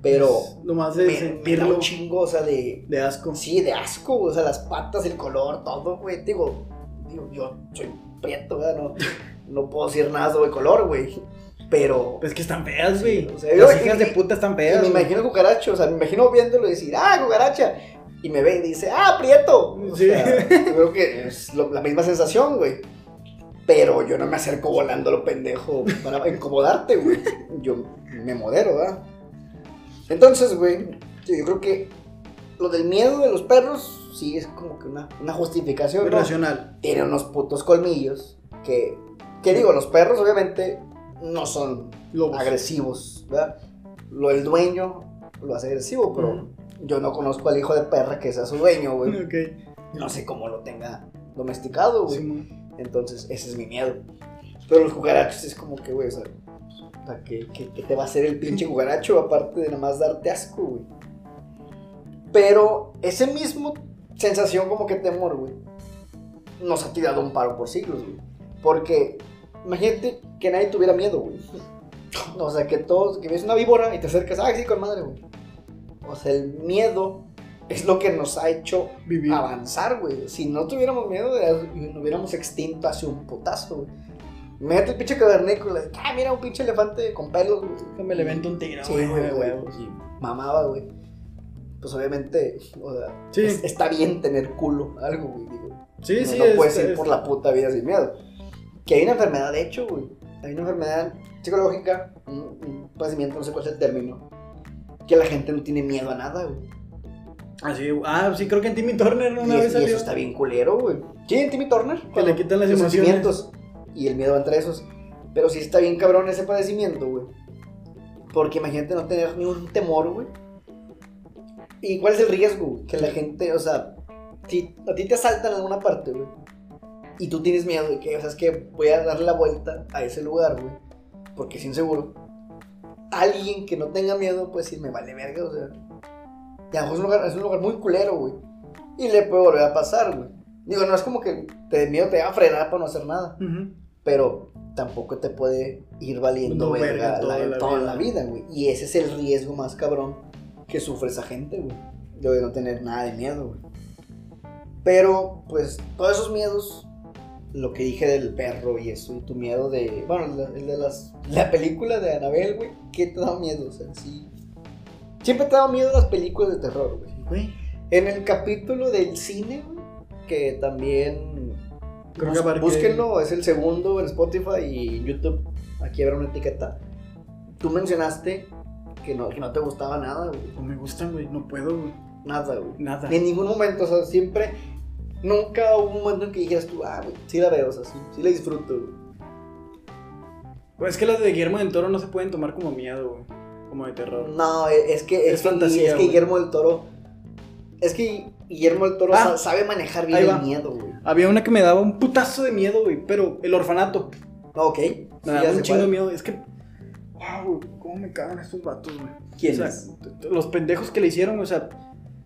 Speaker 3: Pero
Speaker 1: Nomás
Speaker 3: me,
Speaker 1: de
Speaker 3: me da
Speaker 1: sentirlo
Speaker 3: un chingo, o sea, de,
Speaker 1: de asco.
Speaker 3: Sí, de asco, güey, O sea, las patas, el color, todo, güey. Digo, digo yo soy prieto, ¿verdad? No, no puedo decir nada sobre color, güey. Pero.
Speaker 1: Es que están feas, güey.
Speaker 3: o sea, yo-
Speaker 1: Las hijas
Speaker 3: y-
Speaker 1: de puta están
Speaker 3: y
Speaker 1: feas.
Speaker 3: me
Speaker 1: güey.
Speaker 3: imagino cucaracho, o sea, me imagino viéndolo y decir, ¡ah, cucaracha! Y me ve y dice, ¡ah, prieto! O
Speaker 1: Sí.
Speaker 3: sea, yo creo que es lo- la misma sensación, güey. Pero yo no me acerco volando a lo pendejo para incomodarte, güey. Yo me modero, ¿verdad? Entonces, güey, sí, yo creo que lo del miedo de los perros sí es como que una, una justificación, ¿no?
Speaker 1: Irracional.
Speaker 3: Tiene unos putos colmillos que, que digo, los perros obviamente no son
Speaker 1: Lobos.
Speaker 3: agresivos, ¿verdad? Lo del dueño lo hace agresivo, pero
Speaker 1: Ujú.
Speaker 3: yo no conozco al hijo de perra que sea su dueño, güey.
Speaker 1: Ok.
Speaker 3: No sé cómo lo tenga domesticado, güey.
Speaker 1: Simón.
Speaker 3: Entonces, ese es mi miedo. Pero los cucarachos es como que, güey, o sea, o sea, ¿qué, qué- qué te va a hacer el pinche cucaracho aparte de nada más darte asco, güey? Pero ese mismo sensación como que temor, güey, nos ha tirado un paro por siglos, güey. Porque imagínate que nadie tuviera miedo, güey. O sea, que todos, que ves una víbora y te acercas, ah, sí, con madre, güey. O sea, el miedo es lo que nos ha hecho
Speaker 1: Vivir.
Speaker 3: avanzar, güey. Si no tuviéramos miedo, ya nos hubiéramos extinto hace un putazo, güey. Imagínate el pinche cavernícola. de que, Ah, mira, un pinche elefante con pelos, güey.
Speaker 1: Me le vento un tigre,
Speaker 3: Sí,
Speaker 1: güey.
Speaker 3: güey,
Speaker 1: de
Speaker 3: güey.
Speaker 1: huevos.
Speaker 3: Y mamaba, güey. Pues obviamente, o sea,
Speaker 1: Sí.
Speaker 3: es- está bien tener culo, algo, güey. Digo,
Speaker 1: Sí, sí.
Speaker 3: no, pues, no
Speaker 1: es-
Speaker 3: puedes ir
Speaker 1: es-
Speaker 3: por la puta vida sin miedo. Que hay una enfermedad, de hecho, güey. Hay una enfermedad psicológica, un, un padecimiento, no sé cuál es el término, que la gente no tiene miedo a nada, güey.
Speaker 1: Así, ah, sí, creo que en Timmy Turner
Speaker 3: Y,
Speaker 1: una vez
Speaker 3: es- y
Speaker 1: salió.
Speaker 3: eso está bien culero, güey. Sí, en Timmy Turner.
Speaker 1: Que le quitan las
Speaker 3: los
Speaker 1: emociones.
Speaker 3: sentimientos y el miedo entre esos. Pero sí está bien cabrón ese padecimiento, güey. Porque imagínate no tener ni un temor, güey. ¿Y cuál es el riesgo? güey? Que la gente, o sea, si a ti te asaltan en alguna parte, güey. Y tú tienes miedo de que, o sea, es que voy a darle la vuelta a ese lugar, güey. Porque es inseguro. Alguien que no tenga miedo, pues sí, me vale verga, o sea. Y a lo mejor es un lugar, es un lugar muy culero, güey. Y le puede volver a pasar, güey. Digo, no es como que te dé miedo, te va a frenar para no hacer nada.
Speaker 1: Ujú.
Speaker 3: Pero tampoco te puede ir valiendo
Speaker 1: No,
Speaker 3: verga
Speaker 1: verga,
Speaker 3: la- toda,
Speaker 1: toda la
Speaker 3: la, vida, güey. Y ese es el riesgo más cabrón que sufre esa gente, güey. De no tener nada de miedo, güey. Pero, pues, todos esos miedos, lo que dije del perro y eso, y tu miedo de. Bueno, el de- el de las, la película de Anabel, güey, ¿qué te da miedo? O sea, sí. Siempre te da miedo las películas de terror, güey.
Speaker 1: Güey,
Speaker 3: En el capítulo del cine, güey, que también.
Speaker 1: Creo
Speaker 3: bus-
Speaker 1: que abarqué-
Speaker 3: Búsquenlo, es el segundo en Spotify y en YouTube. Aquí habrá una etiqueta. Tú mencionaste que no, que no te gustaba nada, güey.
Speaker 1: no me gustan, güey. No puedo, güey.
Speaker 3: Nada, güey.
Speaker 1: Nada.
Speaker 3: Ni en ningún momento, o sea, siempre. Nunca hubo un momento en que dijeras tú, ah, güey, sí la veo, o sea, sí, sí la disfruto, güey.
Speaker 1: Güey, es que las de Guillermo del Toro no se pueden tomar como miedo, güey. Como de terror.
Speaker 3: No, e- es que. Es,
Speaker 1: Es
Speaker 3: que-
Speaker 1: fantasía,
Speaker 3: Es que
Speaker 1: güey.
Speaker 3: Guillermo del Toro. Es que Guillermo del Toro
Speaker 1: Ah,
Speaker 3: sa- sabe manejar bien
Speaker 1: ahí
Speaker 3: el
Speaker 1: va.
Speaker 3: miedo, güey.
Speaker 1: Había una que me daba un putazo de miedo, güey. Pero el orfanato.
Speaker 3: Ok. sí,
Speaker 1: Me
Speaker 3: ya sé
Speaker 1: daba un
Speaker 3: cuál.
Speaker 1: chingo de miedo. Es que. Wow, güey, cómo me cagan estos vatos, güey.
Speaker 3: ¿Quién
Speaker 1: O sea,
Speaker 3: es?
Speaker 1: t- t- los pendejos que le hicieron, o sea,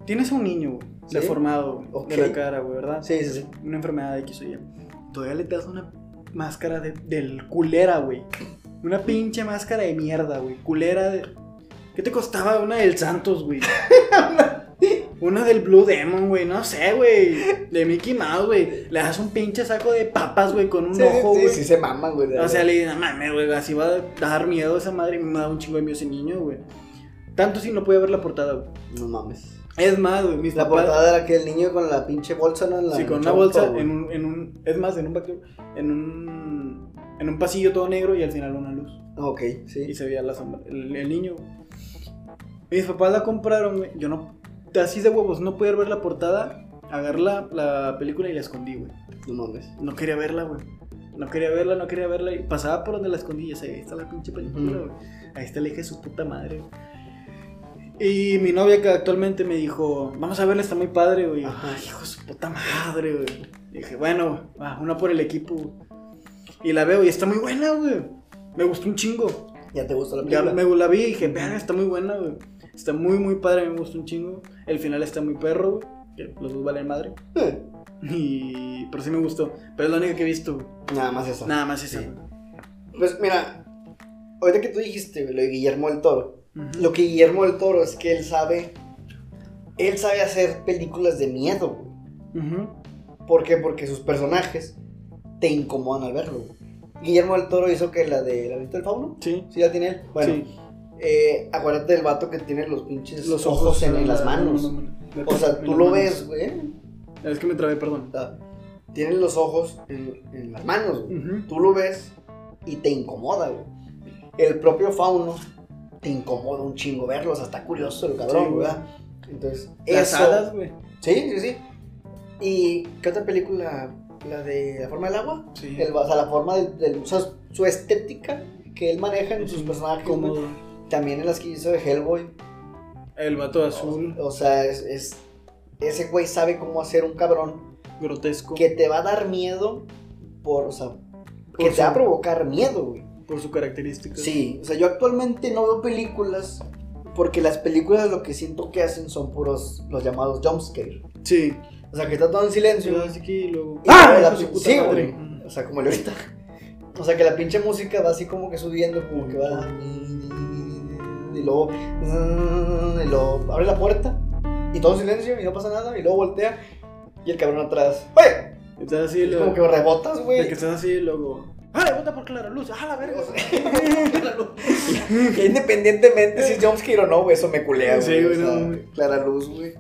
Speaker 1: tienes a un niño güey,
Speaker 3: Sí.
Speaker 1: deformado güey,
Speaker 3: Ok.
Speaker 1: de la cara, güey, ¿verdad?
Speaker 3: Sí, sí, sí.
Speaker 1: Una enfermedad de X o Y. Todavía le das una máscara de, del culera, güey. Una pinche máscara de mierda, güey. Culera de... ¿Qué te costaba una del Santos, güey? Una del Blue Demon, güey, no sé, güey. De Mickey Mouse, güey. Le das un pinche saco de papas, güey, con un
Speaker 3: Sí,
Speaker 1: ojo,
Speaker 3: sí,
Speaker 1: güey.
Speaker 3: sí, se maman, güey. la
Speaker 1: O sea,
Speaker 3: verdad.
Speaker 1: le dije, no mames, güey, así va a dar miedo esa madre. Y me da un chingo de miedo ese niño, güey. Tanto si no podía ver la portada, güey.
Speaker 3: No mames.
Speaker 1: Es más, güey, mis
Speaker 3: La
Speaker 1: papás-
Speaker 3: portada era que el niño con la pinche bolsa, ¿no? En la-
Speaker 1: Sí, con
Speaker 3: en
Speaker 1: una
Speaker 3: chompa,
Speaker 1: bolsa,
Speaker 3: güey.
Speaker 1: en un, en un. Es más, en un back- En un. En un pasillo todo negro y al final una luz.
Speaker 3: Ah, Ok, sí.
Speaker 1: Y se veía la sombra. El, el niño, güey. Mis papás la compraron, güey. Yo no. Así de huevos, no podía ver la portada. Agarré la, la película y la escondí, güey.
Speaker 3: No mames.
Speaker 1: No quería verla, güey. No quería verla, no quería verla. Y pasaba por donde la escondí. y decía, ahí está la pinche película,
Speaker 3: Ujú.
Speaker 1: güey. Ahí está el eje de su puta madre, güey. Y mi novia, que actualmente me dijo, vamos a verla, está muy padre, güey. Y yo,
Speaker 3: Ajá.
Speaker 1: Ay, hijo de su puta madre, güey. Y dije, bueno, va, una por el equipo. güey". Y la veo y está muy buena, güey. Me gustó un chingo.
Speaker 3: Ya te gustó la
Speaker 1: Ya
Speaker 3: película.
Speaker 1: me la vi y dije, vean, está muy buena, güey. Está muy, muy padre, me gustó un chingo. El final está muy perro, güey. que Los dos valen madre.
Speaker 3: Eh,
Speaker 1: Y... Pero sí me gustó. Pero es la única que he visto, güey.
Speaker 3: Nada más eso.
Speaker 1: Nada más esa.
Speaker 3: Sí. Pues mira, ahorita que tú dijiste güey, lo de Guillermo del Toro,
Speaker 1: Ujú.
Speaker 3: lo que Guillermo del Toro es que él sabe, él sabe hacer películas de miedo. güey.
Speaker 1: Ujú.
Speaker 3: ¿Por qué? Porque sus personajes te incomodan al verlo. güey. Guillermo del Toro hizo que la de la vista del fauno,
Speaker 1: Sí.
Speaker 3: sí la tiene él. Bueno,
Speaker 1: Sí.
Speaker 3: eh, acuérdate del vato que tiene los pinches los ojos, en, en las manos. O sea, tú lo ves, güey.
Speaker 1: Es que me trabé,
Speaker 3: O
Speaker 1: perdón.
Speaker 3: sea, tiene los ojos en, en las manos, güey.
Speaker 1: Ujú.
Speaker 3: tú lo ves y te incomoda, güey. El propio fauno te incomoda un chingo verlo, o sea, está curioso el cabrón,
Speaker 1: Sí, güey.
Speaker 3: ¿verdad? Entonces,
Speaker 1: Las
Speaker 3: eso.
Speaker 1: hadas, güey.
Speaker 3: Sí, sí, sí. ¿Y qué otra película? La de La forma del agua.
Speaker 1: Sí.
Speaker 3: El- o sea, la forma del. del- o sea, su estética que él maneja en sus personajes. güey.
Speaker 1: Cómodo.
Speaker 3: También en las que hizo de Hellboy.
Speaker 1: El vato azul,
Speaker 3: O, o sea, es, es- Ese güey sabe cómo hacer un cabrón
Speaker 1: grotesco.
Speaker 3: Oh. que te va a dar miedo por. O sea, que
Speaker 1: Por
Speaker 3: te va a
Speaker 1: su-
Speaker 3: provocar miedo, güey.
Speaker 1: Por su característica.
Speaker 3: Sí, o sea, yo actualmente no veo películas porque las películas lo que siento que hacen son puros los llamados jumpscare.
Speaker 1: Sí.
Speaker 3: O sea, que está todo en
Speaker 1: Sí,
Speaker 3: silencio.
Speaker 1: lo hace aquí y luego. ¡Ah!
Speaker 3: Y luego la
Speaker 1: Hijo de su
Speaker 3: pin-
Speaker 1: puta
Speaker 3: Ah, pues, sí,
Speaker 1: madre.
Speaker 3: güey. O sea, como el ahorita. O sea, que la pinche música va así como que subiendo, como que va. Y luego. Y luego abre la puerta. Y todo en silencio y no pasa nada. Y luego voltea. Y el cabrón atrás. ¡Oye!
Speaker 1: Estás así y
Speaker 3: Y como
Speaker 1: luego.
Speaker 3: que rebotas,
Speaker 1: De que
Speaker 3: güey.
Speaker 1: estás así y luego. ¡Ay, vota por Clara Luz! ¡Ah, la verga!
Speaker 3: O Que Independientemente si es jumpscare o no, güey, eso me culea, güey.
Speaker 1: Sí, güey,
Speaker 3: o sea,
Speaker 1: no, güey.
Speaker 3: Clara Luz, güey.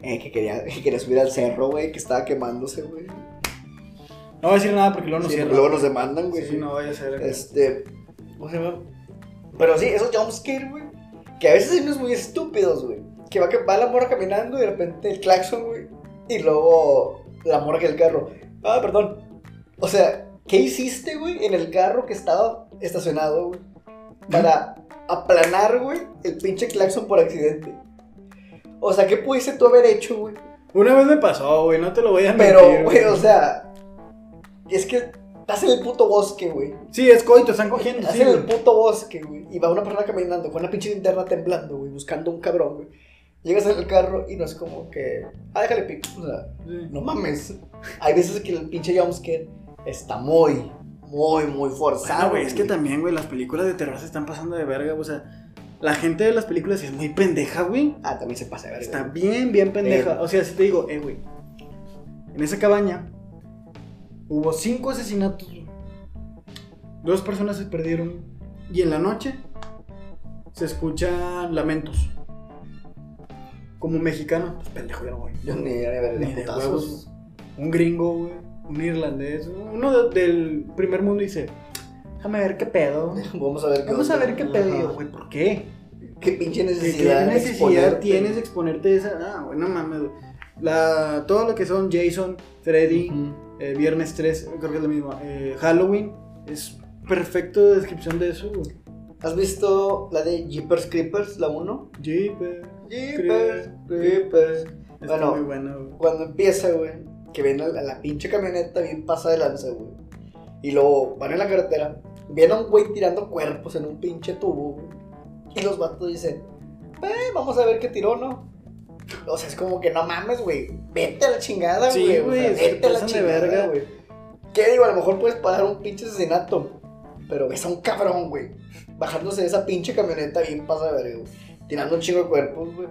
Speaker 3: Eh, que, quería, que quería subir al cerro, güey, que estaba quemándose, güey.
Speaker 1: No voy a decir nada porque luego nos
Speaker 3: Sí,
Speaker 1: cierran.
Speaker 3: luego nos demandan, güey.
Speaker 1: Sí, no vaya a ser.
Speaker 3: Este. ¿Cómo se llama? Pero sí, esos jumpscare, güey. Que a veces hay unos muy estúpidos, güey. Que va, que va la morra caminando y de repente el claxon, güey. Y luego la morra que el carro. Ah, perdón. O sea, ¿qué hiciste, güey, en el carro que estaba estacionado, güey? Para aplanar, güey, el pinche claxon por accidente. O sea, ¿qué pudiste tú haber hecho, güey?
Speaker 1: Una vez me pasó, güey, no te lo voy a mentir.
Speaker 3: Pero, güey, o sea. Es que estás en el puto bosque, güey.
Speaker 1: Sí, es coito, están cogiendo.
Speaker 3: Estás
Speaker 1: Sí,
Speaker 3: en el
Speaker 1: güey.
Speaker 3: puto bosque, güey. Y va una persona caminando con una pinche linterna temblando, güey, buscando un cabrón, güey. Llegas al carro y no es como que. Ah, déjale pico. O sea,
Speaker 1: Sí.
Speaker 3: no mames. Hay veces que el pinche jumpscare está muy, muy, muy
Speaker 1: Bueno,
Speaker 3: forzado.
Speaker 1: güey, es que también, güey, las películas de terror se están pasando de verga, o sea, la gente de las películas es muy pendeja, güey.
Speaker 3: Ah, también se pasa, de verga.
Speaker 1: Está bien, bien pendeja.
Speaker 3: Eh.
Speaker 1: O sea, si te digo, eh, güey, en esa cabaña hubo cinco asesinatos, güey. dos personas se perdieron y en la noche se escuchan lamentos. Como mexicano, pues pendejo, ya no voy.
Speaker 3: Yo ni de
Speaker 1: Ni de
Speaker 3: ver
Speaker 1: huevos. Un gringo, güey, un irlandés, uno de- del primer mundo dice, déjame ver qué pedo.
Speaker 3: Vamos a ver qué
Speaker 1: Vamos a
Speaker 3: onda.
Speaker 1: ver qué pedo, Y yo,
Speaker 3: Ajá.
Speaker 1: güey, ¿por qué?
Speaker 3: Qué pinche
Speaker 1: ¿Qué, qué
Speaker 3: necesidad. de
Speaker 1: necesidad
Speaker 3: exponerte?
Speaker 1: tienes de exponerte de esa? Ah, güey, no mames, güey. La, todo lo que son Jason, Freddy,
Speaker 3: Ujú.
Speaker 1: eh, Viernes 3, creo que es lo mismo, eh, Halloween, es perfecto descripción de eso, güey.
Speaker 3: ¿Has visto la de Jeepers Creepers, la 1?
Speaker 1: Jeep, eh,
Speaker 3: Jeepers Creepers.
Speaker 1: está
Speaker 3: Bueno.
Speaker 1: muy bueno, güey.
Speaker 3: Cuando empieza, güey, que ven a la, a la pinche camioneta bien pasa de lanza, güey. Y luego van en la carretera, ven a un güey tirando cuerpos en un pinche tubo, güey. Y los vatos dicen, eh, vamos a ver qué tiró, ¿no? O sea, es como que no mames, güey. Vete a la chingada,
Speaker 1: Sí,
Speaker 3: güey. o
Speaker 1: güey,
Speaker 3: sea,
Speaker 1: se
Speaker 3: vete a la
Speaker 1: pasan de
Speaker 3: chingada,
Speaker 1: verga.
Speaker 3: güey. ¿Qué digo? A lo mejor puedes parar un pinche asesinato. Pero ves a un cabrón, güey. Bajándose de esa pinche camioneta bien pasa de verga, güey. Tirando un chingo de cuerpos, güey.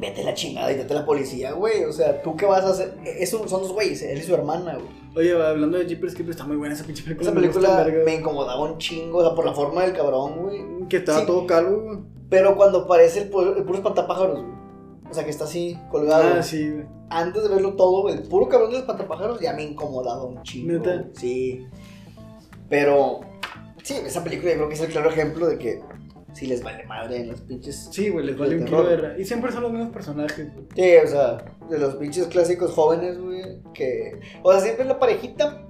Speaker 3: vete a la chingada y vete a la policía, güey. O sea, ¿tú qué vas a hacer? E, Es un- son dos güeyes, él y su hermana, güey.
Speaker 1: Oye, va, hablando de Jeepers Creepers, está muy buena esa pinche película.
Speaker 3: Esa
Speaker 1: me gusta
Speaker 3: película
Speaker 1: Mm, verga,
Speaker 3: me incomodaba un chingo, o sea, por la forma del cabrón, güey.
Speaker 1: güey. Que estaba
Speaker 3: sí.
Speaker 1: todo calvo, güey.
Speaker 3: Pero cuando aparece el puro, el puro espantapájaros, güey. O sea, que está así, colgado.
Speaker 1: Ah, sí, güey.
Speaker 3: Antes de verlo todo, güey, el puro cabrón del espantapájaros ya me incomodaba un chingo.
Speaker 1: ¿Neta?
Speaker 3: güey. Sí. Pero, sí, esa película yo creo que es el claro ejemplo de que si les vale madre en los pinches.
Speaker 1: Sí, güey, les vale
Speaker 3: De
Speaker 1: un kilo de
Speaker 3: terror.
Speaker 1: verga. Y siempre son los mismos personajes, güey.
Speaker 3: Sí, o sea, de los pinches clásicos jóvenes, güey, que... O sea, siempre es la parejita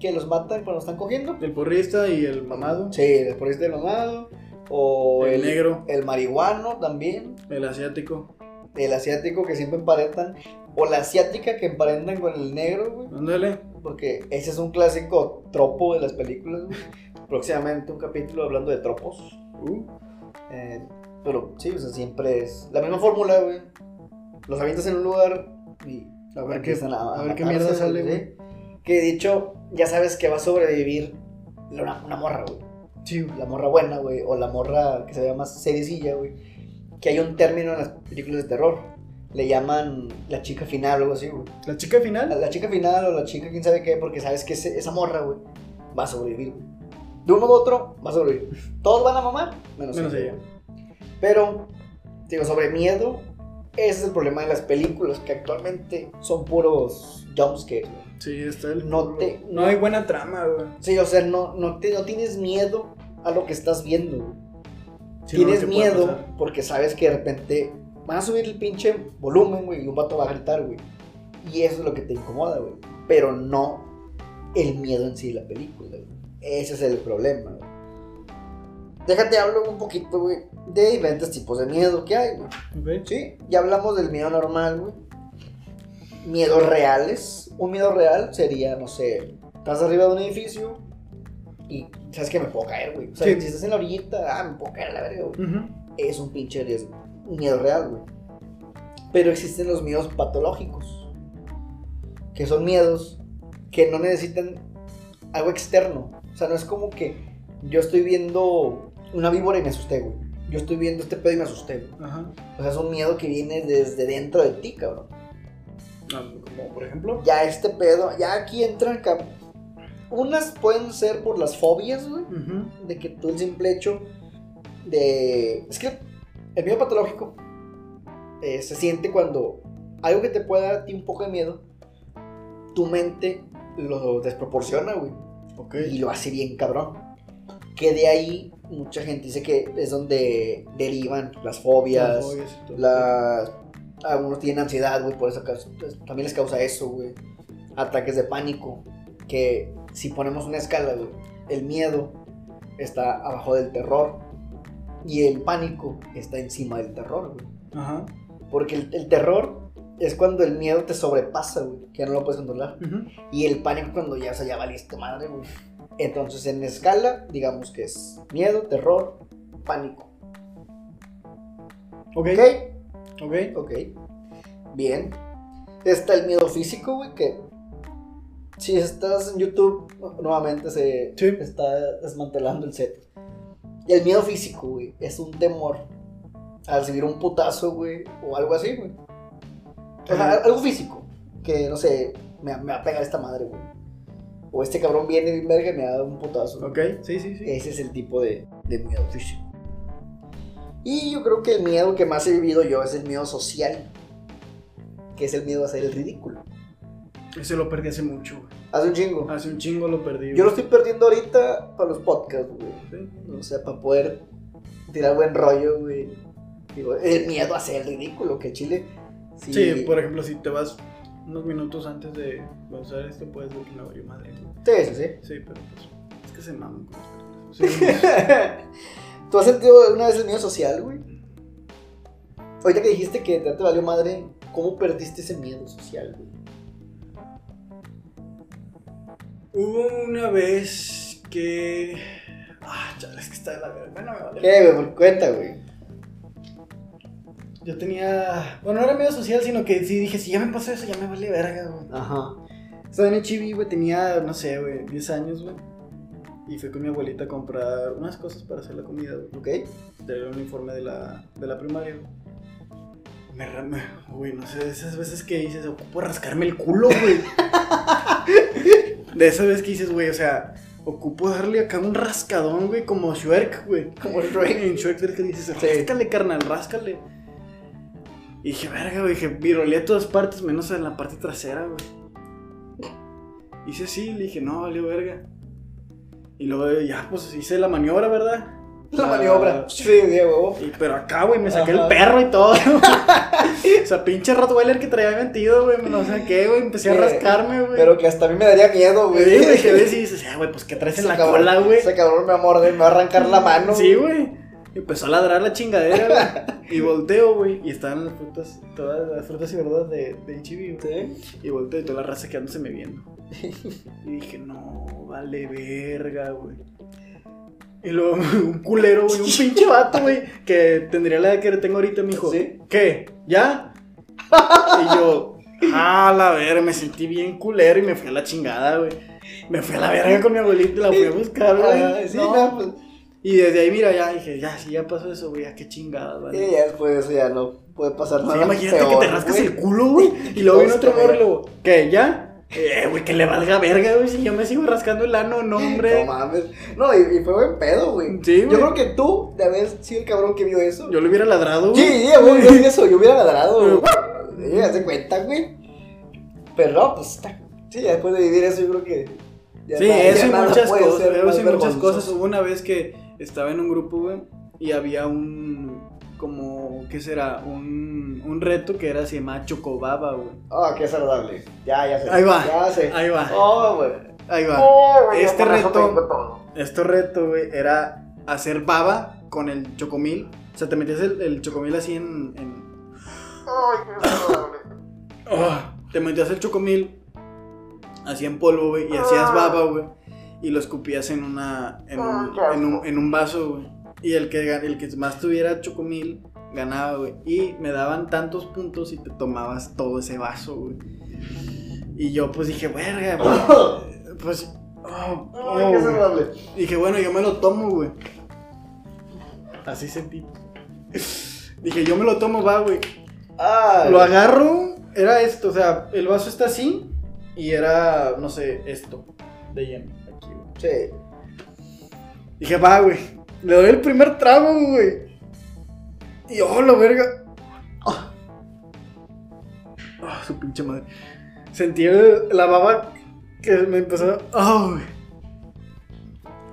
Speaker 3: que los matan cuando están cogiendo.
Speaker 1: El porrista y el mamado.
Speaker 3: Sí, el porrista del mamado. O
Speaker 1: el negro,
Speaker 3: El marihuano también.
Speaker 1: el asiático.
Speaker 3: El asiático que siempre emparentan. O la asiática que emparentan con el negro, güey.
Speaker 1: Ándale.
Speaker 3: Porque ese es un clásico tropo de las películas, güey. Próximamente un capítulo hablando de tropos.
Speaker 1: Uh,
Speaker 3: Eh, pero sí, o sea, siempre es la misma fórmula, güey. Los avientas en un lugar y
Speaker 1: A ver qué-
Speaker 3: empiezan
Speaker 1: a ver qué
Speaker 3: matarse,
Speaker 1: mierda sale,
Speaker 3: Que de hecho, ya sabes que va a sobrevivir la- una, una morra, güey.
Speaker 1: sí, güey.
Speaker 3: La morra buena, güey. O la morra que se llama más seriecilla, güey. Que hay un término en las películas de terror. Le llaman la chica final o algo así, güey.
Speaker 1: La chica
Speaker 3: La,
Speaker 1: final.
Speaker 3: la chica final o la chica quién sabe qué, porque sabes que ese- esa morra, güey, va a sobrevivir, güey. De uno u otro, va a sobrevivir. Todos van a mamar, menos,
Speaker 1: Menos
Speaker 3: ella.
Speaker 1: ella.
Speaker 3: Pero, digo, sobre miedo, ese es el problema de las películas, que actualmente son puros jumpscares, güey.
Speaker 1: Sí, está el.
Speaker 3: No te-
Speaker 1: No hay buena trama, güey.
Speaker 3: Sí, o sea, no, no, te, no tienes miedo a lo que estás viendo, güey.
Speaker 1: Sí, no,
Speaker 3: tienes
Speaker 1: ¿qué puede
Speaker 3: miedo
Speaker 1: pasar?
Speaker 3: porque sabes que de repente van a subir el pinche volumen, güey, y un vato va a gritar, güey. Y eso es lo que te incomoda, güey. Pero no el miedo en sí de la película, güey. Ese es el problema, güey. Déjate hablar un poquito, güey, de diferentes tipos de miedo que hay, güey.
Speaker 1: Ok.
Speaker 3: Sí, ya hablamos del miedo normal, güey. Miedos reales. Un miedo real sería, no sé, estás arriba de un edificio y sabes que me puedo caer, güey. O sea,
Speaker 1: Sí.
Speaker 3: si estás en la orillita, ah, me puedo caer a la verga, güey.
Speaker 1: Ujú.
Speaker 3: Es un pinche riesgo. Un miedo real, güey. Pero existen los miedos patológicos. Que son miedos que no necesitan algo externo. O sea, no es como que yo estoy viendo una víbora y me asusté, güey. Yo estoy viendo este pedo y me asusté, güey.
Speaker 1: Ajá.
Speaker 3: O sea, es un miedo que viene desde dentro de ti, cabrón.
Speaker 1: No, como por ejemplo.
Speaker 3: Ya este pedo, ya aquí entran, cabrón. Unas pueden ser por las fobias, güey.
Speaker 1: Ujú.
Speaker 3: De que tú el simple hecho de... Es que el miedo patológico eh, se siente cuando algo que te puede dar a ti un poco de miedo, tu mente lo desproporciona, güey.
Speaker 1: Ok.
Speaker 3: Y lo hace bien cabrón. Que de ahí mucha gente dice que es donde derivan las fobias,
Speaker 1: Las fobias y todo.
Speaker 3: las algunos tienen ansiedad, güey, por eso causa- pues, también les causa eso, güey. Ataques de pánico, que si ponemos una escala, güey, el miedo está abajo del terror y el pánico está encima del terror, güey.
Speaker 1: Ajá.
Speaker 3: Porque el, el terror es cuando el miedo te sobrepasa, güey, que ya no lo puedes controlar.
Speaker 1: Ujú.
Speaker 3: Y el pánico cuando ya, o sea, ya valiste madre, güey. Entonces, en escala, digamos que es miedo, terror, pánico.
Speaker 1: Ok.
Speaker 3: ¿Ok?
Speaker 1: Ok.
Speaker 3: Ok. Bien. Está el miedo físico, güey, que si estás en YouTube, nu- nuevamente se
Speaker 1: Sí.
Speaker 3: está desmantelando el set. Y el miedo físico, güey, es un temor a recibir un putazo, güey, o algo así, güey. O sea,
Speaker 1: Ajá.
Speaker 3: algo físico, que no sé, me, me va a pegar esta madre, güey. O este cabrón viene y verga y me da un putazo.
Speaker 1: Ok. Sí, sí, sí.
Speaker 3: Ese es el tipo de, de miedo físico. Y yo creo que el miedo que más he vivido yo es el miedo social, que es el miedo a hacer el ridículo.
Speaker 1: Ese lo perdí hace mucho, güey.
Speaker 3: Hace un chingo.
Speaker 1: Hace un chingo lo perdí.
Speaker 3: Yo lo
Speaker 1: Ah, güey.
Speaker 3: estoy perdiendo ahorita para los podcasts, güey.
Speaker 1: Sí.
Speaker 3: O sea, para poder tirar buen rollo, güey. Digo, el miedo a hacer el ridículo, que Chile. Sí,
Speaker 1: Sí, por ejemplo, si te vas unos minutos antes de usar esto, puedes ver que me valió madre. güey.
Speaker 3: Sí, sí, sí.
Speaker 1: Sí, pero pues es que se maman con las personas. Sí,
Speaker 3: ¿Tú has sentido alguna vez el miedo social, güey? Ahorita que dijiste que ya te valió madre, ¿cómo perdiste ese miedo social, güey?
Speaker 1: Hubo una vez que. Ah, chale, es que está de la verga. Bueno, me vale.
Speaker 3: ¿Qué, güey? Por cuenta, güey.
Speaker 1: Yo tenía. Bueno, no era medio social, sino que sí dije, si ya me pasó eso, ya me vale verga, güey.
Speaker 3: Ajá.
Speaker 1: Estaba en el chibi, güey, tenía, no sé, güey, 10 años, güey. Y fui con mi abuelita a comprar unas cosas para hacer la comida, güey.
Speaker 3: ¿Ok?
Speaker 1: Traía un uniforme de la, de la primaria, güey. Me, ra- me- güey, no sé, de esas veces que dices, ocupo rascarme el culo, güey. de esas veces que dices, güey, o sea, ocupo darle acá un rascadón, güey, como Shrek, güey.
Speaker 3: Como Shrek.
Speaker 1: En Shrek ves que dices,
Speaker 3: Sí.
Speaker 1: ráscale, carnal, ráscale. Y dije, verga, güey, dije, virolé a todas partes, menos en la parte trasera, güey. Hice así, le dije, no, valió verga. Y luego eh, ya, pues hice la maniobra, ¿verdad? Ah,
Speaker 3: La maniobra. Sí, de huevo.
Speaker 1: Y- pero acá, güey, me saqué
Speaker 3: Ajá.
Speaker 1: el perro y todo. o sea, pinche Rottweiler que traía metido, güey, no sé qué, güey. Empecé a
Speaker 3: Eh,
Speaker 1: rascarme, güey.
Speaker 3: Pero que hasta a mí me daría miedo,
Speaker 1: güey,
Speaker 3: güey.
Speaker 1: güey, que ves y dices, "Ah, güey, pues que traes en
Speaker 3: Ese
Speaker 1: la
Speaker 3: cabrón-
Speaker 1: cola, güey.
Speaker 3: Ese cabrón me va a morder, me va a arrancar la mano.
Speaker 1: Sí, güey. Y Empezó a ladrar la chingadera, güey. Y volteo, güey. Y estaban las frutas, todas las frutas y verduras de, del chibi, güey.
Speaker 3: Sí.
Speaker 1: Y volteo y toda la raza quedándose me viendo. Y dije, no, vale verga, güey. Y luego un culero, güey, un pinche vato, güey, que tendría la edad que tengo ahorita, me dijo,
Speaker 3: ¿Sí?
Speaker 1: ¿qué? ¿Ya? Y yo, ah, la verga, me sentí bien culero y me fui a la chingada, güey. Me fui a la verga con mi abuelita y la fui a buscar,
Speaker 3: Ah,
Speaker 1: güey.
Speaker 3: sí,
Speaker 1: No.
Speaker 3: no, pues,
Speaker 1: Y desde ahí, mira, ya dije, ya, si ya pasó eso, güey, ya qué chingada,
Speaker 3: sí,
Speaker 1: vale.
Speaker 3: ya después de eso ya no puede pasar
Speaker 1: pues, Sí,
Speaker 3: nada.
Speaker 1: imagínate que
Speaker 3: peor,
Speaker 1: te rascas
Speaker 3: güey.
Speaker 1: el culo, güey. Y luego viene otro
Speaker 3: Hostia,
Speaker 1: morro y luego, ¿qué? ¿Ya? Eh, güey, que le valga verga, güey. Si yo me sigo rascando el ano, no, hombre.
Speaker 3: No mames. No, y, y fue buen pedo, güey.
Speaker 1: Sí,
Speaker 3: Yo
Speaker 1: güey.
Speaker 3: creo que tú de haber sido el cabrón que vio eso.
Speaker 1: Yo le hubiera ladrado,
Speaker 3: Sí,
Speaker 1: güey.
Speaker 3: sí, güey, yo vi eso, yo hubiera ladrado. güey. Sí, ya se cuenta, güey. Pero no, pues está. Sí, ya después de vivir eso, yo creo que. ya
Speaker 1: Sí,
Speaker 3: nada- ya
Speaker 1: eso y
Speaker 3: nada
Speaker 1: muchas
Speaker 3: puede
Speaker 1: cosas.
Speaker 3: ser
Speaker 1: Eso
Speaker 3: más
Speaker 1: y muchas
Speaker 3: vergonzoso.
Speaker 1: cosas. Hubo una vez que estaba en un grupo, güey, y había un. Como, ¿qué será? Un, un reto que era, se llamaba Chocobaba, güey.
Speaker 3: Ah, qué saludable. Ya, ya sé.
Speaker 1: Ahí va.
Speaker 3: Ya sé.
Speaker 1: Ahí va,
Speaker 3: Oh, güey.
Speaker 1: ahí va.
Speaker 3: Oh, güey,
Speaker 1: Este
Speaker 3: con eso
Speaker 1: reto-
Speaker 3: tengo todo.
Speaker 1: Este reto, güey, era hacer baba con el chocomil. O sea, te metías el, el chocomil así en. en-
Speaker 3: Ay, qué saludable.
Speaker 1: Ah, te metías el chocomil así en polvo, güey, y hacías
Speaker 3: Ah.
Speaker 1: baba, güey. Y lo escupías en una. en
Speaker 3: Ah,
Speaker 1: un,
Speaker 3: qué asco.
Speaker 1: en un- en un vaso, güey. Y el que, gan- el que más tuviera chocomil ganaba, güey. Y me daban tantos puntos y te tomabas todo ese vaso, güey. Y yo, pues dije, verga, pues. pues oh,
Speaker 3: Ay,
Speaker 1: oh,
Speaker 3: qué
Speaker 1: güey".
Speaker 3: saludable.
Speaker 1: Dije, bueno, yo me lo tomo, güey. Así sentí. Dije, yo me lo tomo, va, güey.
Speaker 3: Ah,
Speaker 1: Lo agarro, era esto, o sea, el vaso está así y era, no sé, esto de lleno. Aquí, güey.
Speaker 3: Sí.
Speaker 1: Dije, va, güey. Le doy el primer trago, güey. Y oh, la verga. Ah. Ah, su pinche madre. Sentí el- la baba que me empezó. Ah, güey.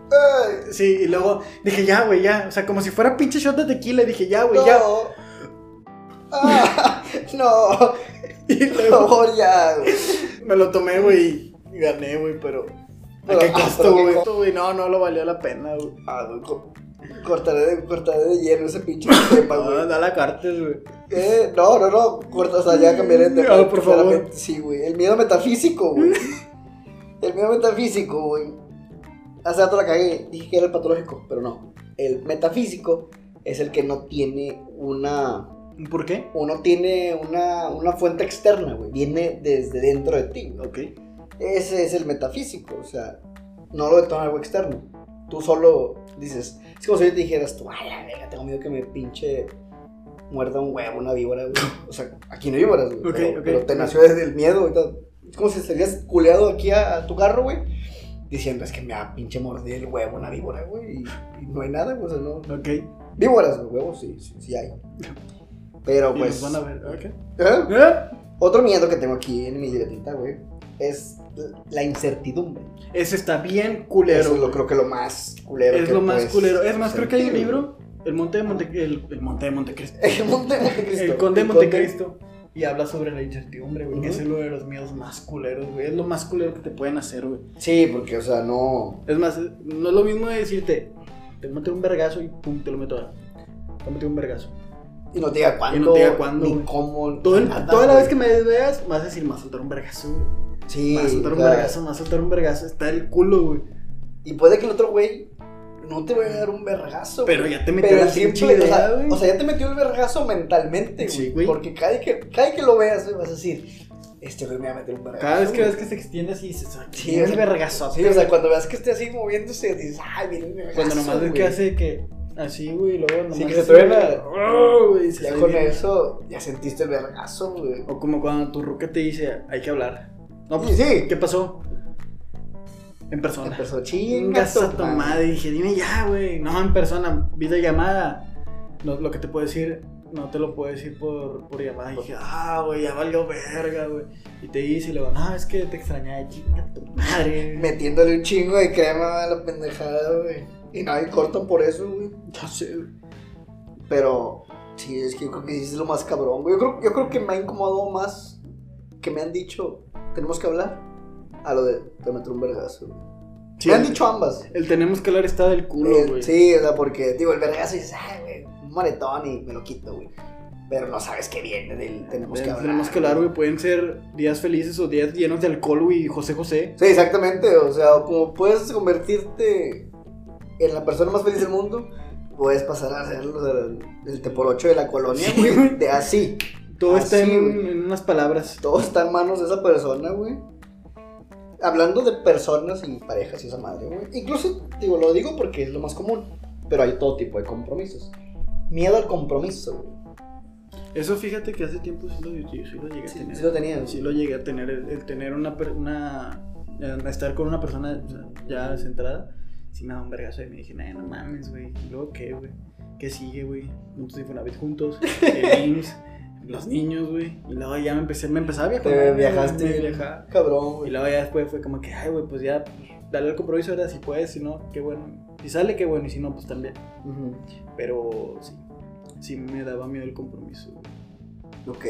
Speaker 3: Ay,
Speaker 1: Sí, y luego dije, ya, güey, ya. O sea, como si fuera pinche shot de tequila. Y dije, ya, güey, ya.
Speaker 3: no. Ah, no.
Speaker 1: Y
Speaker 3: Por
Speaker 1: luego
Speaker 3: favor, ya, güey.
Speaker 1: me lo tomé, güey. Y gané, güey, pero. ¿A
Speaker 3: Pero-
Speaker 1: qué
Speaker 3: ah, pero
Speaker 1: costo,
Speaker 3: qué
Speaker 1: güey?
Speaker 3: costo.
Speaker 1: Güey, No, no lo valió la pena, güey.
Speaker 3: Ah, güey, co- cortaré de, cortaré de lleno ese pinche tema,
Speaker 1: No,
Speaker 3: güey.
Speaker 1: da la cartel, güey.
Speaker 3: Eh, no, no, no, corta, o sea, ya cambiaré de
Speaker 1: Ah, por favor.
Speaker 3: claramente, Sí, güey, el miedo metafísico, güey. El miedo metafísico, güey. Hace rato la cagué, dije que era el patológico, pero no. El metafísico es el que no tiene una...
Speaker 1: ¿Por qué?
Speaker 3: Uno tiene una, una fuente externa, güey. Viene desde dentro de ti, güey.
Speaker 1: Ok.
Speaker 3: Ese es el metafísico, o sea, no lo detona algo externo. Tú solo dices, es como si yo te dijeras, tú, a la verga, tengo miedo que me pinche muerda un huevo, una víbora, güey. O sea, aquí no hay víboras, güey.
Speaker 1: Ok,
Speaker 3: pero,
Speaker 1: ok.
Speaker 3: pero te nació desde el miedo, güey. Es como si estarías culeado aquí a, a tu carro, güey, diciendo, es que me va a pinche morder el huevo, una víbora, güey. Y, y no hay nada, güey, o sea, no.
Speaker 1: Ok.
Speaker 3: Ah, Víboras, güey, huevos sí, sí, sí hay. Pero
Speaker 1: Y
Speaker 3: pues.
Speaker 1: nos van a ver. Ok.
Speaker 3: ¿Eh?
Speaker 1: ¿Eh?
Speaker 3: Otro miedo que tengo aquí en mi libretita, güey, es la incertidumbre.
Speaker 1: Ese está bien
Speaker 3: Eso
Speaker 1: culero.
Speaker 3: es lo,
Speaker 1: güey.
Speaker 3: creo que lo más culero.
Speaker 1: es
Speaker 3: que
Speaker 1: lo más
Speaker 3: puedes
Speaker 1: culero. Es más, creo que hay un
Speaker 3: sentir, güey.
Speaker 1: libro, El Monte de Montecristo. El, el Monte de Montecristo.
Speaker 3: El Conde de Montecristo.
Speaker 1: El Conde de
Speaker 3: El
Speaker 1: Montecristo. Y habla sobre la incertidumbre, güey. Que
Speaker 3: Ujú.
Speaker 1: es uno de los miedos más culeros, güey. Es lo más culero que te pueden hacer, güey.
Speaker 3: Sí, porque, o sea, no.
Speaker 1: Es más, no es lo mismo de decirte, te meto un vergazo y pum, te lo meto ahora. Te meto un vergazo.
Speaker 3: Y no te diga cuándo.
Speaker 1: Y no te diga cuándo,
Speaker 3: Ni
Speaker 1: güey.
Speaker 3: cómo.
Speaker 1: Todo el-
Speaker 3: nada,
Speaker 1: toda la
Speaker 3: güey.
Speaker 1: vez que me desveas, me vas a decir, me vas a soltar un vergazo, güey. Me
Speaker 3: Sí.
Speaker 1: vas a soltar un
Speaker 3: o sea,
Speaker 1: vergazo, me vas a soltar un vergazo. Está el culo, güey.
Speaker 3: Y puede que el otro güey no te vaya a dar un vergazo.
Speaker 1: Pero
Speaker 3: güey.
Speaker 1: ya te metió
Speaker 3: Pero
Speaker 1: la
Speaker 3: el
Speaker 1: pinche
Speaker 3: simple, o
Speaker 1: idea,
Speaker 3: sea,
Speaker 1: güey.
Speaker 3: o sea, ya te metió el vergazo mentalmente, güey.
Speaker 1: Sí, güey.
Speaker 3: Porque cada que, cada que lo veas, güey, vas a decir, este güey me va a meter un vergazo.
Speaker 1: Cada vez que
Speaker 3: güey.
Speaker 1: ves que se extiende así, dices, ah,
Speaker 3: Sí,
Speaker 1: sí,
Speaker 3: o
Speaker 1: el
Speaker 3: sea,
Speaker 1: vergazo.
Speaker 3: Sí, o sea, cuando veas que esté así moviéndose, dices, ay, mira, mira,
Speaker 1: cuando nomás ves que hace que. Así, güey, luego nomás.
Speaker 3: Sí, que se
Speaker 1: así,
Speaker 3: truena.
Speaker 1: güey, ¡oh!, güey, se
Speaker 3: Ya
Speaker 1: sale
Speaker 3: con
Speaker 1: bien.
Speaker 3: eso, ya sentiste el vergazo, güey.
Speaker 1: O como cuando tu ruca te dice, hay que hablar. No,
Speaker 3: Sí,
Speaker 1: pues,
Speaker 3: sí.
Speaker 1: ¿qué pasó? En persona.
Speaker 3: Empezó
Speaker 1: Chingas
Speaker 3: chingas
Speaker 1: a tu madre. Y Dije, dime ya, güey. No, en persona, videollamada. No, lo que te puedo decir, no te lo puedo decir por, por llamada. Y dije, ah, güey, ya valió verga, güey. Y te dice, y luego, no, es que te extrañaba, chinga tu madre.
Speaker 3: Metiéndole un chingo de crema a la pendejada, güey. Y nadie corta por eso, güey.
Speaker 1: Ya sé, güey.
Speaker 3: Pero sí, es que yo creo que sí es lo más cabrón, güey. Yo creo, yo creo que me ha incomodado más que me han dicho, tenemos que hablar, a lo de te meter un vergazo, güey.
Speaker 1: Sí,
Speaker 3: me han dicho ambas.
Speaker 1: El tenemos que hablar está del culo,
Speaker 3: Eh,
Speaker 1: güey.
Speaker 3: sí, o sea, porque, digo, el vergazo dices, ay, güey, un moretón y me lo quito, güey. Pero no sabes qué viene del tenemos que hablar.
Speaker 1: Tenemos que hablar, güey. Pueden ser días felices o días llenos de alcohol, güey. y José José.
Speaker 3: Sí, exactamente. O sea, como puedes convertirte en la persona más feliz del mundo, puedes pasar a ser o sea, el, el teporocho de la colonia,
Speaker 1: Sí,
Speaker 3: güey.
Speaker 1: güey.
Speaker 3: De así.
Speaker 1: Todo está
Speaker 3: Así,
Speaker 1: en,
Speaker 3: güey.
Speaker 1: en unas palabras.
Speaker 3: Todo está en manos de esa persona, güey. Hablando de personas y parejas y esa madre, güey. Incluso, digo, lo digo porque es lo más común. Pero hay todo tipo de compromisos. Miedo al compromiso, güey.
Speaker 1: Eso fíjate que hace tiempo sí lo, sí- sí lo llegué a
Speaker 3: Sí,
Speaker 1: tener.
Speaker 3: sí lo tenía.
Speaker 1: Sí lo llegué a tener. El, el tener una, per- una. eh, Estar con una persona o sea, ya centrada. Sí me daba un vergazo y me dije, "Nah, no mames, güey. ¿Y luego qué, güey? ¿Qué sigue, güey? Juntos y una vez juntos. el IMSS, los niños, güey. Y luego ya me empecé, me empezaba a viajar.
Speaker 3: Te
Speaker 1: güey,
Speaker 3: viajaste,
Speaker 1: me viajaba.
Speaker 3: Cabrón,
Speaker 1: Y
Speaker 3: güey.
Speaker 1: luego ya después fue como que, ay, güey, pues ya, dale el compromiso ahora si puedes, si no, qué bueno. Si sale, qué bueno, y si no, pues también.
Speaker 3: Ujú.
Speaker 1: Pero sí, sí me daba miedo el compromiso. güey.
Speaker 3: Ok.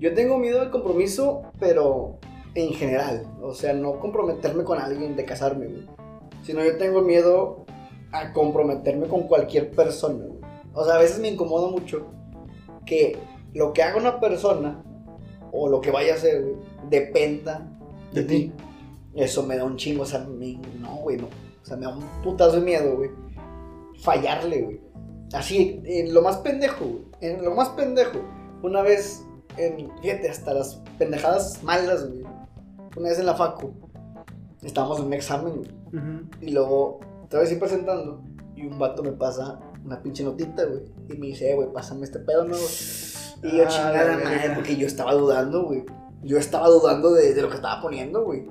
Speaker 3: Yo tengo miedo al compromiso, pero en general. O sea, no comprometerme con alguien de casarme, güey. Sino yo tengo miedo a comprometerme con cualquier persona, güey. O sea, a veces me incomoda mucho que lo que haga una persona o lo que vaya a hacer, güey, dependa de,
Speaker 1: De
Speaker 3: ti.
Speaker 1: ti.
Speaker 3: Eso me da un chingo, o sea, me- no, güey, no. O sea, me da un putazo de miedo, güey. Fallarle, güey. Así, en lo más pendejo, güey. En lo más pendejo. Una vez, en, fíjate, hasta las pendejadas malas, güey. Una vez en la facu, estábamos en un examen, güey. Y luego, estaba así presentando. Y un vato me pasa una pinche notita, güey. Y me dice, "Eh, güey, pásame este pedo, ¿no? güey?" Y yo,
Speaker 1: Ah,
Speaker 3: chingada
Speaker 1: la
Speaker 3: madre,
Speaker 1: verga.
Speaker 3: porque yo estaba dudando, güey. Yo estaba dudando de, de lo que estaba poniendo, güey.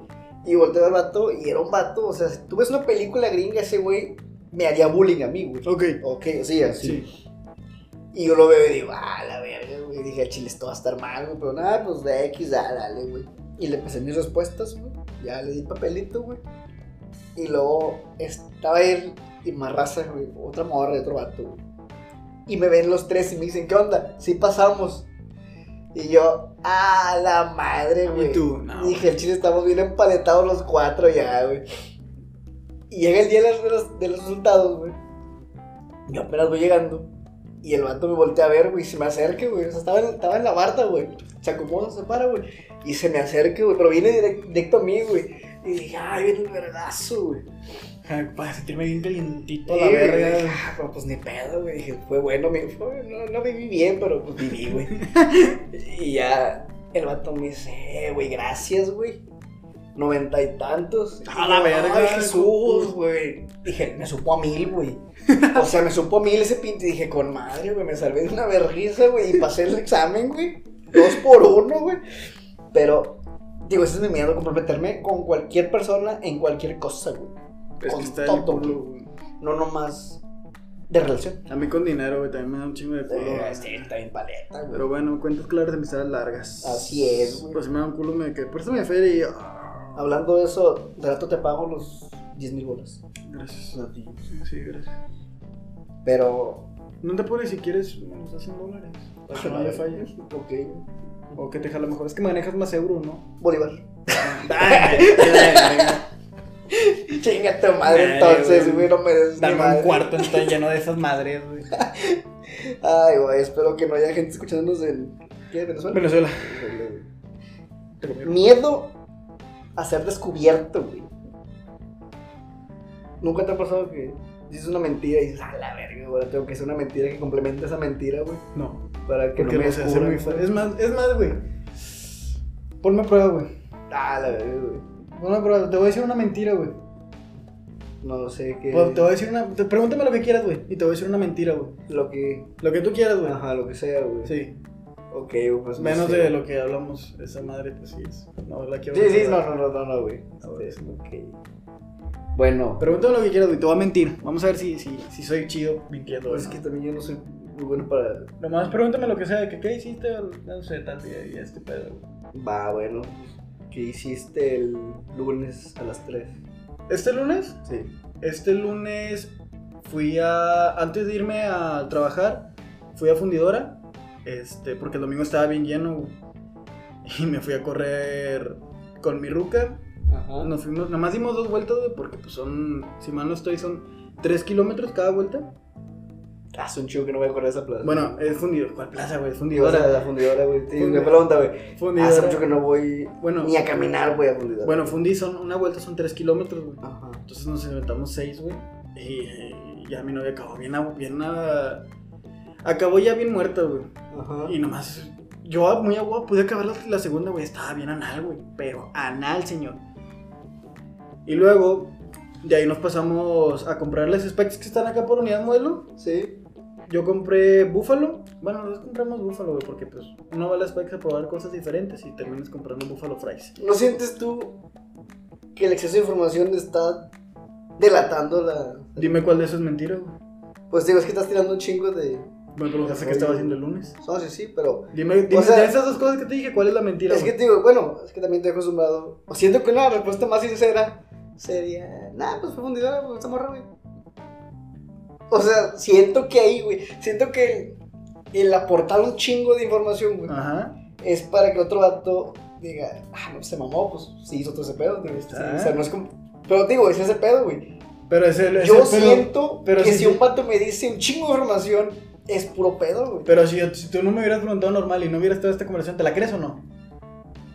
Speaker 3: Y volteo al vato y era un vato. O sea, si tú ves una película gringa, ese güey me haría bullying a mí, güey.
Speaker 1: Ok,
Speaker 3: Ok, sí, así.
Speaker 1: sí.
Speaker 3: Y yo lo veo y digo, ah, la verga, güey. Dije, al chile, esto va a estar mal, güey. Pero nada, pues de X, ah, dale, güey. Y le pasé mis respuestas, güey. Ya le di papelito, güey. Y luego estaba él y más raza, güey. Otra morra y otro vato, güey. Y me ven los tres y me dicen, ¿qué onda? Sí pasamos. Y yo, ah, la madre, güey.
Speaker 1: Y tú, no.
Speaker 3: Dije, el chile estamos bien empaletados los cuatro ya, güey. Y llega el día de los, de los- de los resultados, güey. Yo apenas voy llegando. Y el vato me voltea a ver, güey, y se me acerca, güey. O sea, estaba en, estaba en la barda, güey. Se acomoda, se para, güey. Y se me acerca, güey. Pero viene direct- directo a mí, güey. Y dije, ay, viene el vergazo, güey.
Speaker 1: Ay, Para sentirme bien calientito,
Speaker 3: Toda
Speaker 1: la verga.
Speaker 3: Pero pues ni pedo, güey. Dije, fue bueno, me, fue- no, no viví bien, pero pues viví, güey. y ya el vato me dice, eh, güey, gracias, güey. Noventa y tantos.
Speaker 1: A la
Speaker 3: Y yo,
Speaker 1: verga,
Speaker 3: Ay,
Speaker 1: hijo de
Speaker 3: Jesús,
Speaker 1: puta".
Speaker 3: güey. Dije, me supo a mil, güey. O sea, me supo a mil ese pinto. Y dije, con madre, güey, me salvé de una vergüenza, güey. Y pasé el examen, güey. Dos por uno, güey. Pero, digo, ese es mi miedo, comprometerme con cualquier persona en cualquier cosa, güey.
Speaker 1: Es
Speaker 3: Con
Speaker 1: que está el
Speaker 3: todo,
Speaker 1: culo, güey.
Speaker 3: No nomás de relación.
Speaker 1: A mí con dinero, güey, también me da un chingo de culo.
Speaker 3: Eh,
Speaker 1: güey.
Speaker 3: sí, está bien paleta, güey.
Speaker 1: Pero bueno, cuentas claras de amistades largas.
Speaker 3: Así es, güey.
Speaker 1: Pues si me da un culo, me que préstame feria y yo. ah,
Speaker 3: Hablando de eso, de rato te pago los 10 mil bolas.
Speaker 1: Gracias a ti. Sí, gracias.
Speaker 3: Pero.
Speaker 1: No te pones si quieres unos 100 dólares. Para que no haya fallas.
Speaker 3: Ok.
Speaker 1: O que te jala mejor. Es que manejas más euro, ¿no?
Speaker 3: Bolívar.
Speaker 1: Dame
Speaker 3: Chinga tu madre,
Speaker 1: Madre,
Speaker 3: entonces,
Speaker 1: güey.
Speaker 3: güey, no me des ni madre.
Speaker 1: un cuarto, estoy lleno de esas madres, güey.
Speaker 3: Ay, güey, espero que no haya gente escuchándonos en. ¿Qué? ¿Venezuela?
Speaker 1: Venezuela.
Speaker 3: Miedo a ser descubierto, güey. Nunca te ha pasado que dices una mentira y dices, a la verga, güey, ahora tengo que hacer una mentira que complemente esa mentira, güey,
Speaker 1: No.
Speaker 3: para que no
Speaker 1: Porque
Speaker 3: me
Speaker 1: no se hace
Speaker 3: descubran.
Speaker 1: muy
Speaker 3: güey.
Speaker 1: fácil. Es más, es más, güey. Ponme a prueba, güey.
Speaker 3: Ah, la verga, güey.
Speaker 1: Ponme a prueba. Te voy a decir una mentira, güey.
Speaker 3: No lo sé qué.
Speaker 1: Pues, te voy a decir una. te- pregúntame lo que quieras, güey. Y te voy a decir una mentira, güey.
Speaker 3: Lo que.
Speaker 1: Lo que tú quieras, güey.
Speaker 3: Ajá, lo que sea, güey.
Speaker 1: Sí.
Speaker 3: Ok, güey, pues. no
Speaker 1: Menos
Speaker 3: sé.
Speaker 1: de lo que hablamos. Esa madre, pues sí es. No la quiero.
Speaker 3: Sí, sí, no,
Speaker 1: recordar.
Speaker 3: no, no, no, no, güey.
Speaker 1: A ver,
Speaker 3: Este,
Speaker 1: Ah, sí.
Speaker 3: ok. Bueno,
Speaker 1: Pregúntame lo que quieras, güey. Te voy a mentir. Vamos a ver si, si, si soy chido mintiendo.
Speaker 3: pues
Speaker 1: güey.
Speaker 3: es que también yo no soy muy bueno para.
Speaker 1: Nomás pregúntame lo que sea. de que, ¿Qué hiciste? No sé, tal día y este pedo, güey.
Speaker 3: Va, bueno. pues, ¿Qué hiciste el lunes a las 3?
Speaker 1: ¿Este lunes?
Speaker 3: Sí.
Speaker 1: Este lunes fui a. Antes de irme a trabajar, fui a fundidora. Este, porque el domingo estaba bien lleno. güey. Y me fui a correr con mi ruca.
Speaker 3: Ajá.
Speaker 1: Nos fuimos, nomás dimos dos vueltas, güey, porque pues son, si mal no estoy, son tres kilómetros cada vuelta.
Speaker 3: Ah, es un chido que no voy a correr a esa plaza.
Speaker 1: Bueno, es fundidora. ¿Cuál plaza, güey? Es
Speaker 3: digo, o sea,
Speaker 1: fundidora.
Speaker 3: la fundidora, güey. Te- Me
Speaker 1: Fundidora.
Speaker 3: pregunta, güey.
Speaker 1: fundidora.
Speaker 3: Hace mucho que no voy
Speaker 1: Bueno,
Speaker 3: ni a caminar, güey, a fundidora.
Speaker 1: Bueno, fundi son, una vuelta son tres kilómetros, güey.
Speaker 3: Ajá.
Speaker 1: Entonces nos inventamos seis, güey. Y eh, ya mi novia acabó bien, a- bien a- Acabó ya bien muerta, güey.
Speaker 3: Ajá.
Speaker 1: Y nomás, yo a- muy agua pude acabar la, la segunda, güey. Estaba bien anal, güey. Pero anal, señor. Y luego, de ahí nos pasamos a comprar las specs que están acá por unidad modelo.
Speaker 3: Sí.
Speaker 1: Yo compré búfalo. Bueno, nos compramos búfalo, güey, porque pues uno va a las specs a probar cosas diferentes y terminas comprando búfalo fries.
Speaker 3: ¿No sientes tú que el exceso de información está delatando la.
Speaker 1: Dime cuál de eso es mentira, güey.
Speaker 3: Pues digo, es que estás tirando un chingo de.
Speaker 1: Me preguntaste qué estaba haciendo el lunes.
Speaker 3: No, sí, sí, pero.
Speaker 1: Dime, dime
Speaker 3: sea-
Speaker 1: de esas dos cosas que te dije, ¿cuál es la mentira?
Speaker 3: Es que
Speaker 1: güey?
Speaker 3: te digo, bueno, es que también te he acostumbrado. O siento que una respuesta más sincera sería, nah, pues fue fundidora, pues esta morra, güey. O sea, siento que ahí, güey, siento que el, el aportar un chingo de información, güey,
Speaker 1: Ajá.
Speaker 3: es para que otro vato diga, ah, no, se mamó, pues sí hizo todo ese pedo, güey. Sí,
Speaker 1: está.
Speaker 3: o sea, no es como. Pero digo, es ese pedo, güey.
Speaker 1: Ah. Pero es el. es
Speaker 3: Yo
Speaker 1: el- pero-
Speaker 3: siento
Speaker 1: pero
Speaker 3: que
Speaker 1: sí,
Speaker 3: si
Speaker 1: sí.
Speaker 3: un vato me dice un chingo de información, es puro pedo, güey.
Speaker 1: Pero si, yo- si tú no me hubieras preguntado normal y no hubieras estado esta conversación, ¿te la crees o no?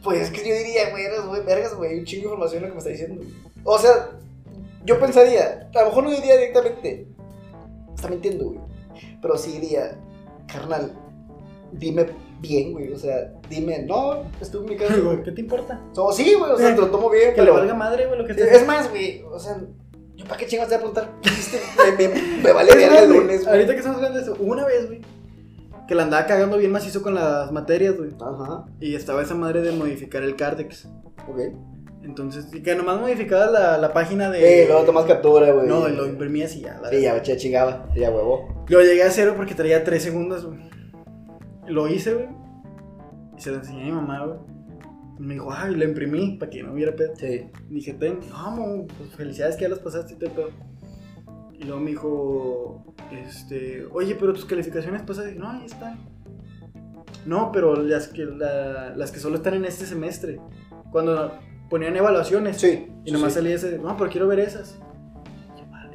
Speaker 3: Pues es que yo diría, güey, eres güey, vergas, güey, un chingo de información lo que me está diciendo. O sea, yo pensaría, a lo mejor no diría directamente, está mintiendo, güey. Pero sí diría, carnal, dime bien, güey, o sea, dime, no, estuve en mi casa, güey.
Speaker 1: ¿Qué te importa?
Speaker 3: No, sí, güey, o sea, te lo tomo bien,
Speaker 1: Que le
Speaker 3: pero.
Speaker 1: valga madre, güey, lo que te
Speaker 3: Es más, güey, o sea, ¿yo para qué chingas te voy a preguntar? ¿Qué hiciste? Me, me- me vale
Speaker 1: Es
Speaker 3: verga
Speaker 1: más,
Speaker 3: el
Speaker 1: güey,
Speaker 3: lunes, güey.
Speaker 1: Ahorita que estamos hablando de eso, hubo una vez, güey, que la andaba cagando bien macizo con las materias, güey.
Speaker 3: Ajá,
Speaker 1: Y estaba esa madre de modificar el cárdex.
Speaker 3: ok.
Speaker 1: Entonces, y que nomás modificaba la, la página de.
Speaker 3: Eh, luego tomas captura, güey.
Speaker 1: No, y lo imprimías y ya. la
Speaker 3: Sí, ya, ya chingaba, ya huevo.
Speaker 1: Lo llegué a cero porque traía 3 segundos, güey. Lo hice, güey. Y se lo enseñé a mi mamá, güey. Y Me dijo, ay, lo imprimí para que no hubiera pedo.
Speaker 3: Sí.
Speaker 1: Y dije, ten, vamos, pues felicidades que ya las pasaste y todo el pedo. Y luego me dijo, este, oye, pero tus calificaciones pasadas. Y dije, no, ahí están. No, pero las que, la- las que solo están en este semestre. Cuando ponían evaluaciones.
Speaker 3: Sí.
Speaker 1: Y nomás
Speaker 3: sí.
Speaker 1: salía ese, no, pero quiero ver esas. Y yo, vale,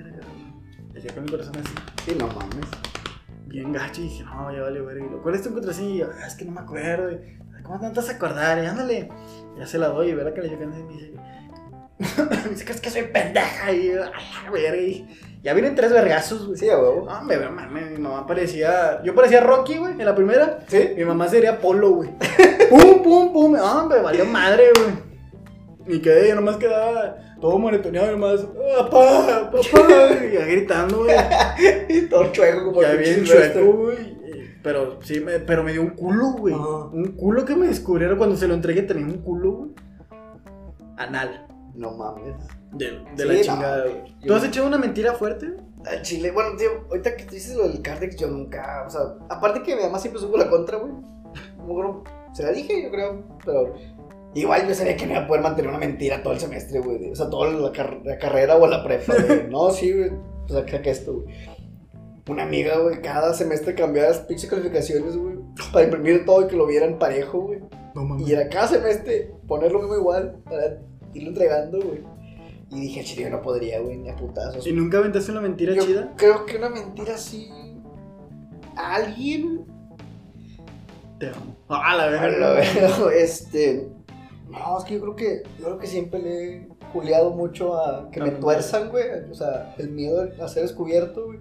Speaker 1: verga, güey. Decía con mi corazón así
Speaker 3: Sí, no mames.
Speaker 1: bien gacho y dije, no, ya vale, verga. Y lo, ¿Cuál es tu contraseña? Y yo, "Ah, es que no me acuerdo. Y, "Ay, ¿Cómo tantas acordar? Y ándale. Ya se la doy y verá que le llegan y me dice, me dice que es que soy pendeja. Y yo, a la verga. Y ya vienen tres vergazos, güey.
Speaker 3: Sí, a huevo.
Speaker 1: No, me veo, mi mamá parecía. Yo parecía Rocky, güey, en la primera.
Speaker 3: Sí.
Speaker 1: Mi mamá sería Polo, güey. pum, pum, pum. No, me valió madre, güey. Y quedé, yo nomás quedaba todo monitoneado, nomás, "Ah, papá, papá, y ya gritando, güey.
Speaker 3: Todo chueco como
Speaker 1: Ya
Speaker 3: el
Speaker 1: bien
Speaker 3: pinche Sylvester.
Speaker 1: chueco, güey. Pero sí, me, pero me dio un culo, güey.
Speaker 3: Ajá.
Speaker 1: Un culo que me descubrieron cuando se lo entregué. Tenía un culo, güey. Anal.
Speaker 3: No mames.
Speaker 1: De, de
Speaker 3: Sí,
Speaker 1: la
Speaker 3: no,
Speaker 1: chingada, güey.
Speaker 3: yo
Speaker 1: ¿Tú has
Speaker 3: no.
Speaker 1: echado una mentira fuerte?
Speaker 3: Al Ah, chile. Bueno, tío, ahorita que tú dices lo del Cardex, yo nunca. O sea, aparte que mi mamá siempre supo la contra, güey. No creo- Se la dije, yo creo. Pero. Igual yo sabía que no iba a poder mantener una mentira todo el semestre, güey. O sea, toda la, car- la carrera o la prepa, güey. No, sí, güey. O sea, que que esto, güey. Una amiga, güey, cada semestre cambiaba las pinches calificaciones, güey. Para imprimir todo y que lo vieran parejo, güey.
Speaker 1: No
Speaker 3: Y era cada semestre poner lo mismo igual para irlo entregando, güey. Y dije, chile, yo no podría, güey, ni a putazos.
Speaker 1: ¿Y nunca aventaste una mentira
Speaker 3: Yo
Speaker 1: chida?
Speaker 3: Creo que una mentira así. a alguien.
Speaker 1: Te amo. Ah, la
Speaker 3: A
Speaker 1: verga.
Speaker 3: la verga, Este. No, es que yo creo que. Yo creo que siempre le he culeado mucho a que me
Speaker 1: Ah, no.
Speaker 3: tuerzan, güey. O sea, el miedo a ser descubierto, güey.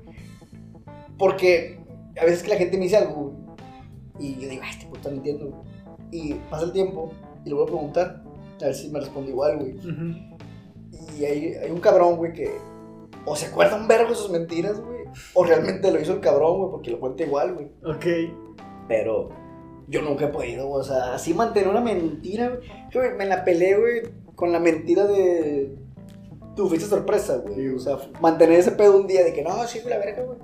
Speaker 3: Porque a veces que la gente me dice algo, güey, Y yo digo, ah, este puto está mintiendo, güey. Y pasa el tiempo y le vuelvo a preguntar. A ver si me responde igual, güey.
Speaker 1: Ujú.
Speaker 3: Y hay, hay un cabrón, güey, que o se acuerda un vergo de sus mentiras, güey, o realmente lo hizo el cabrón, güey, porque lo cuenta igual, güey.
Speaker 1: Ok.
Speaker 3: Pero yo nunca he podido, güey, o sea, así mantener una mentira, güey. Yo, güey, Me la peleé, güey, con la mentira de. Tu fuiste sorpresa, güey. O sea, mantener ese pedo un día de que no, sí, güey, la verga, güey.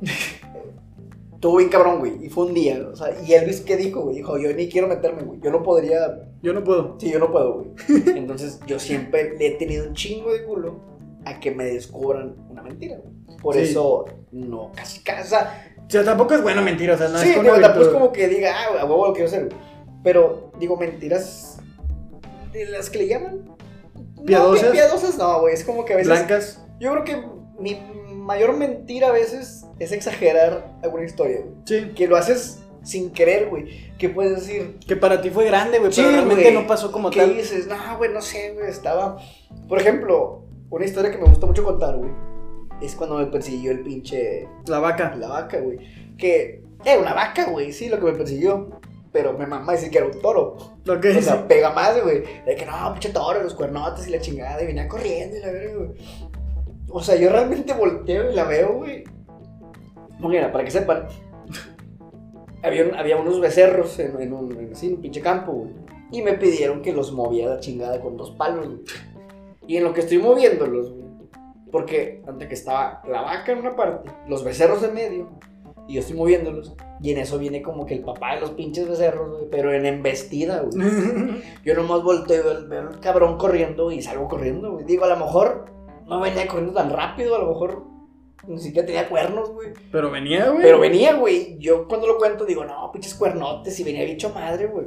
Speaker 3: Estuvo bien cabrón, güey. Y fue un día, o sea, y Elvis, ¿qué dijo, güey? Dijo, yo ni quiero meterme, güey. Yo no podría
Speaker 1: Yo no puedo.
Speaker 3: Sí, yo no puedo, güey. Entonces, yo siempre le he tenido un chingo de culo a que me descubran una mentira, güey. Por
Speaker 1: Sí.
Speaker 3: eso, no, casi, casi. o sea,
Speaker 1: O sea, tampoco es bueno mentir, o sea, no
Speaker 3: sí,
Speaker 1: es como
Speaker 3: digo,
Speaker 1: una
Speaker 3: tampoco es
Speaker 1: virtud.
Speaker 3: como que diga, ah, güey, a huevo lo quiero hacer, güey. Pero, digo, mentiras de las que le llaman. No, pi-
Speaker 1: ¿Piadosas?
Speaker 3: piadosas no, güey. Es como que a veces.
Speaker 1: blancas.
Speaker 3: Yo creo que mi mayor mentira a veces es exagerar alguna historia, güey.
Speaker 1: Sí.
Speaker 3: Que lo haces sin querer, güey. Que puedes decir,
Speaker 1: Que para ti fue grande, güey,
Speaker 3: Sí,
Speaker 1: pero realmente
Speaker 3: güey.
Speaker 1: no pasó como
Speaker 3: ¿Qué
Speaker 1: tal.
Speaker 3: dices? No, güey, no sé, güey, estaba... Por ejemplo, una historia que me gusta mucho contar, güey, es cuando me persiguió el pinche...
Speaker 1: La vaca.
Speaker 3: La vaca, güey. Que era una vaca, güey, sí, lo que me persiguió. Pero me mamá decir que era un toro.
Speaker 1: Lo que
Speaker 3: O
Speaker 1: es.
Speaker 3: sea, pega más, güey. De que no, pinche toro, los cuernotes y la chingada. Y venía corriendo y la verga, güey. O sea, yo realmente volteo y la veo, güey. No, mira, para que sepan. Había, un- había unos becerros en, en un, en- así, en un pinche campo, güey. Y me pidieron que los moviera la chingada con dos palos, güey. Y en lo que estoy moviéndolos, güey. Porque antes que estaba la vaca en una parte, los becerros en medio, y yo estoy moviéndolos. Y en eso viene como que el papá de los pinches becerros, güey, pero en embestida, güey. Yo nomás volteo y veo- veo al cabrón corriendo y salgo corriendo, güey. Digo, a lo mejor no venía corriendo tan rápido, a lo mejor ni siquiera tenía cuernos, güey.
Speaker 1: pero venía, güey.
Speaker 3: Pero venía, güey. Yo cuando lo cuento digo, no, pinches cuernotes, y venía bicho madre, güey.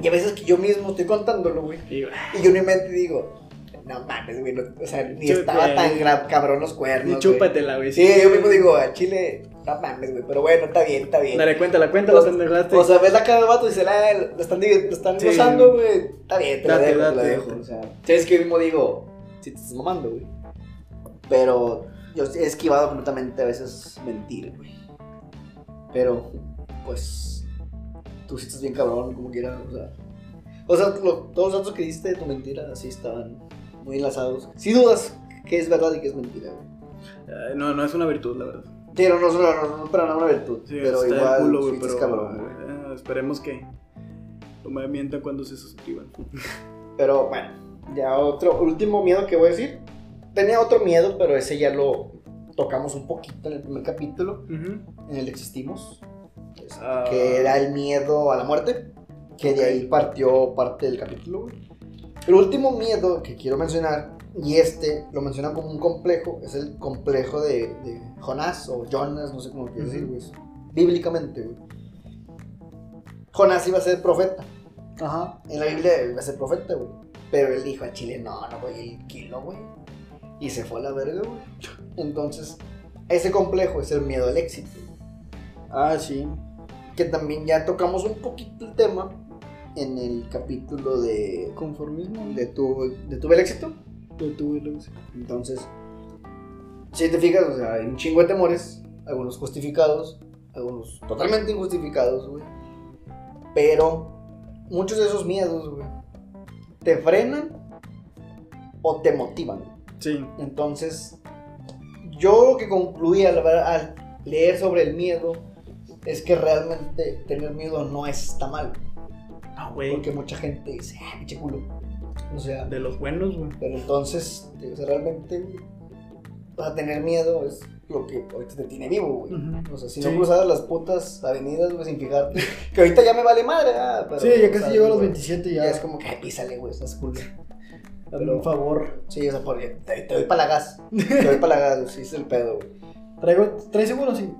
Speaker 3: Y a veces que yo mismo estoy contándolo, güey.
Speaker 1: Y, güey,
Speaker 3: Y yo en mi mente digo, no mames, güey. no- o sea, ni
Speaker 1: Chúpate.
Speaker 3: estaba tan gra- cabrón los cuernos.
Speaker 1: Y
Speaker 3: güey".
Speaker 1: chúpatela, güey.
Speaker 3: Sí, yo mismo digo, al chile, no mames, güey. Pero bueno, está bien, está bien.
Speaker 1: Dale, cuéntala, cuéntala, pendejaste.
Speaker 3: O sea, ves la cara del vato y dices, ah, lo están, lo están
Speaker 1: Sí.
Speaker 3: gozando, güey. Está bien, te la
Speaker 1: Date,
Speaker 3: dejo, te la
Speaker 1: date,
Speaker 3: dejo.
Speaker 1: date.
Speaker 3: O sea, sabes que yo mismo digo, si te estás mamando, güey. Pero yo he esquivado completamente a veces mentir, güey. Pero, pues, tú sí estás bien cabrón, como quieras, o sea. O sea, lo- todos los datos que diste de tu mentira, así estaban muy enlazados. Si dudas que es verdad y que es mentira, güey.
Speaker 1: Ay, no, no es una virtud, la verdad.
Speaker 3: Sí, no, no, no, no, no, para nada una virtud.
Speaker 1: Sí,
Speaker 3: pero
Speaker 1: está del
Speaker 3: igual,
Speaker 1: culo,
Speaker 3: sí
Speaker 1: güey,
Speaker 3: estás
Speaker 1: pero,
Speaker 3: cabrón, güey.
Speaker 1: eh, esperemos que no me mientan cuando se suscriban.
Speaker 3: Pero bueno, ya otro, último miedo que voy a decir. Tenía otro miedo, pero ese ya lo tocamos un poquito en el primer capítulo,
Speaker 1: Ujú.
Speaker 3: en el que existimos. Este,
Speaker 1: Ah.
Speaker 3: Que era el miedo a la muerte, que de ahí partió parte del capítulo. güey. El último miedo que quiero mencionar, y este lo mencionan como un complejo, es el complejo de, de Jonás o Jonas, no sé cómo quiero decir,
Speaker 1: Ujú.
Speaker 3: güey. Bíblicamente, güey. Jonás iba a ser profeta.
Speaker 1: Ajá.
Speaker 3: En la Biblia iba a ser profeta, güey. Pero él dijo a Chile, no, no voy el kilo, güey. Y se fue a la verga, güey. Entonces, ese complejo es el miedo al éxito.
Speaker 1: Ah, sí.
Speaker 3: Que también ya tocamos un poquito el tema en el capítulo de,
Speaker 1: Conformismo.
Speaker 3: de, tu, de Tuve el éxito.
Speaker 1: Yo tuve lo que-
Speaker 3: Entonces, si te fijas, o sea, hay un chingo de temores, algunos justificados, algunos totalmente injustificados, güey. Pero muchos de esos miedos, güey, te frenan o te motivan.
Speaker 1: Sí.
Speaker 3: Entonces, yo lo que concluí al, ver- al leer sobre el miedo es que realmente tener miedo no está mal.
Speaker 1: Ah, güey.
Speaker 3: Porque mucha gente dice, ah, pinche culo. O sea,
Speaker 1: De los buenos, güey.
Speaker 3: pero entonces, te- o sea, realmente, güey, o sea, tener miedo es lo que ahorita te tiene vivo, güey.
Speaker 1: Ujú.
Speaker 3: O sea, si
Speaker 1: Sí.
Speaker 3: no cruzaras las putas avenidas, güey, sin fijarte. Que ahorita ya me vale madre, ah, pero.
Speaker 1: Sí, ya
Speaker 3: o
Speaker 1: casi
Speaker 3: sea,
Speaker 1: llego a los
Speaker 3: güey,
Speaker 1: 27
Speaker 3: Ya
Speaker 1: ya.
Speaker 3: es como que, ay, písale, güey, estás culo.
Speaker 1: Hazme un favor.
Speaker 3: Sí, o sea, porque te, te doy para la gas. Te doy para la gas, güey, sí, es el pedo, güey.
Speaker 1: Traigo, ¿traes seguro? Sí.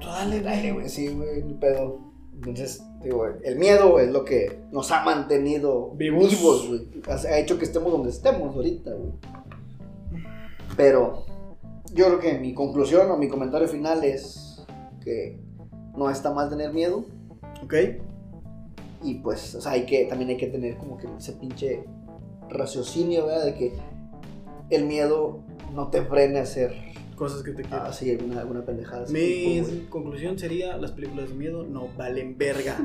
Speaker 3: Tú Dale, dale, güey, sí, güey, el pedo. Entonces, digo, el miedo güey, es lo que nos ha mantenido
Speaker 1: Vivos.
Speaker 3: vivos, güey. Ha ha hecho que estemos donde estemos ahorita, güey. Pero yo creo que mi conclusión o mi comentario final es que no está mal tener miedo
Speaker 1: Ok.
Speaker 3: y pues, o sea, hay que, también hay que tener como que ese pinche raciocinio, ¿verdad? De que el miedo no te frene a hacer
Speaker 1: Cosas que te quiero.
Speaker 3: así alguna, alguna pendejada. de ese
Speaker 1: Mi
Speaker 3: tipo, güey.
Speaker 1: conclusión sería: las películas de miedo no valen verga.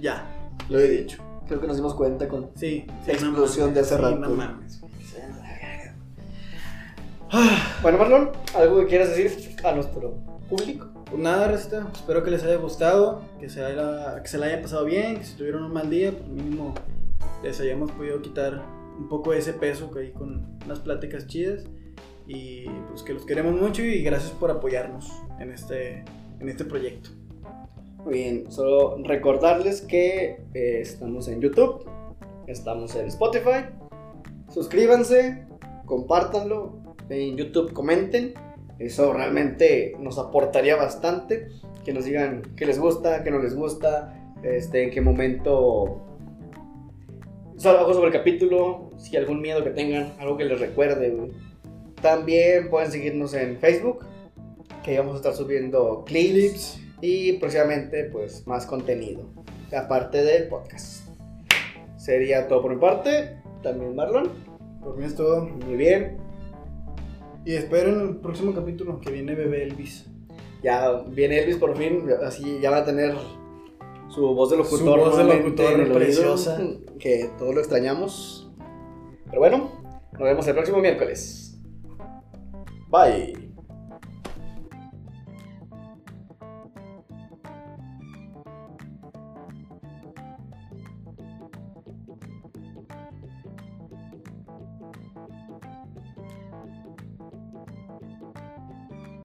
Speaker 1: ya.
Speaker 3: Lo he dicho. Creo que nos dimos cuenta con
Speaker 1: Sí. sí,
Speaker 3: La
Speaker 1: no
Speaker 3: explosión
Speaker 1: mames.
Speaker 3: de hace
Speaker 1: Sí,
Speaker 3: rato.
Speaker 1: No mames.
Speaker 3: Bueno, Marlon, ¿algo que quieras decir a nuestro público?
Speaker 1: Pues nada, recita. Espero que les haya gustado, que se, haya, que se la hayan pasado bien, que si tuvieron un mal día, pues mínimo les hayamos podido quitar un poco de ese peso que hay con unas pláticas chidas. Y pues que los queremos mucho y gracias por apoyarnos en este, en este proyecto.
Speaker 3: Muy bien, solo recordarles que eh, estamos en YouTube, estamos en Spotify. Suscríbanse, compártanlo, en YouTube comenten. Eso realmente nos aportaría bastante. Que nos digan qué les gusta, qué no les gusta, este, en qué momento. Solo algo sobre el capítulo, si algún miedo que tengan, algo que les recuerde. güey. También pueden seguirnos en Facebook, que ahí vamos a estar subiendo clips y próximamente pues más contenido aparte del podcast sería todo por mi parte también Marlon
Speaker 1: Por mí es todo.
Speaker 3: muy bien
Speaker 1: Y esperen el próximo capítulo que viene Bebé Elvis.
Speaker 3: ya viene Elvis por fin así ya va a tener su voz de
Speaker 1: Su
Speaker 3: locutor
Speaker 1: voz de
Speaker 3: nuevamente
Speaker 1: locutor
Speaker 3: oído,
Speaker 1: preciosa.
Speaker 3: que todos lo extrañamos pero bueno nos vemos el próximo miércoles bye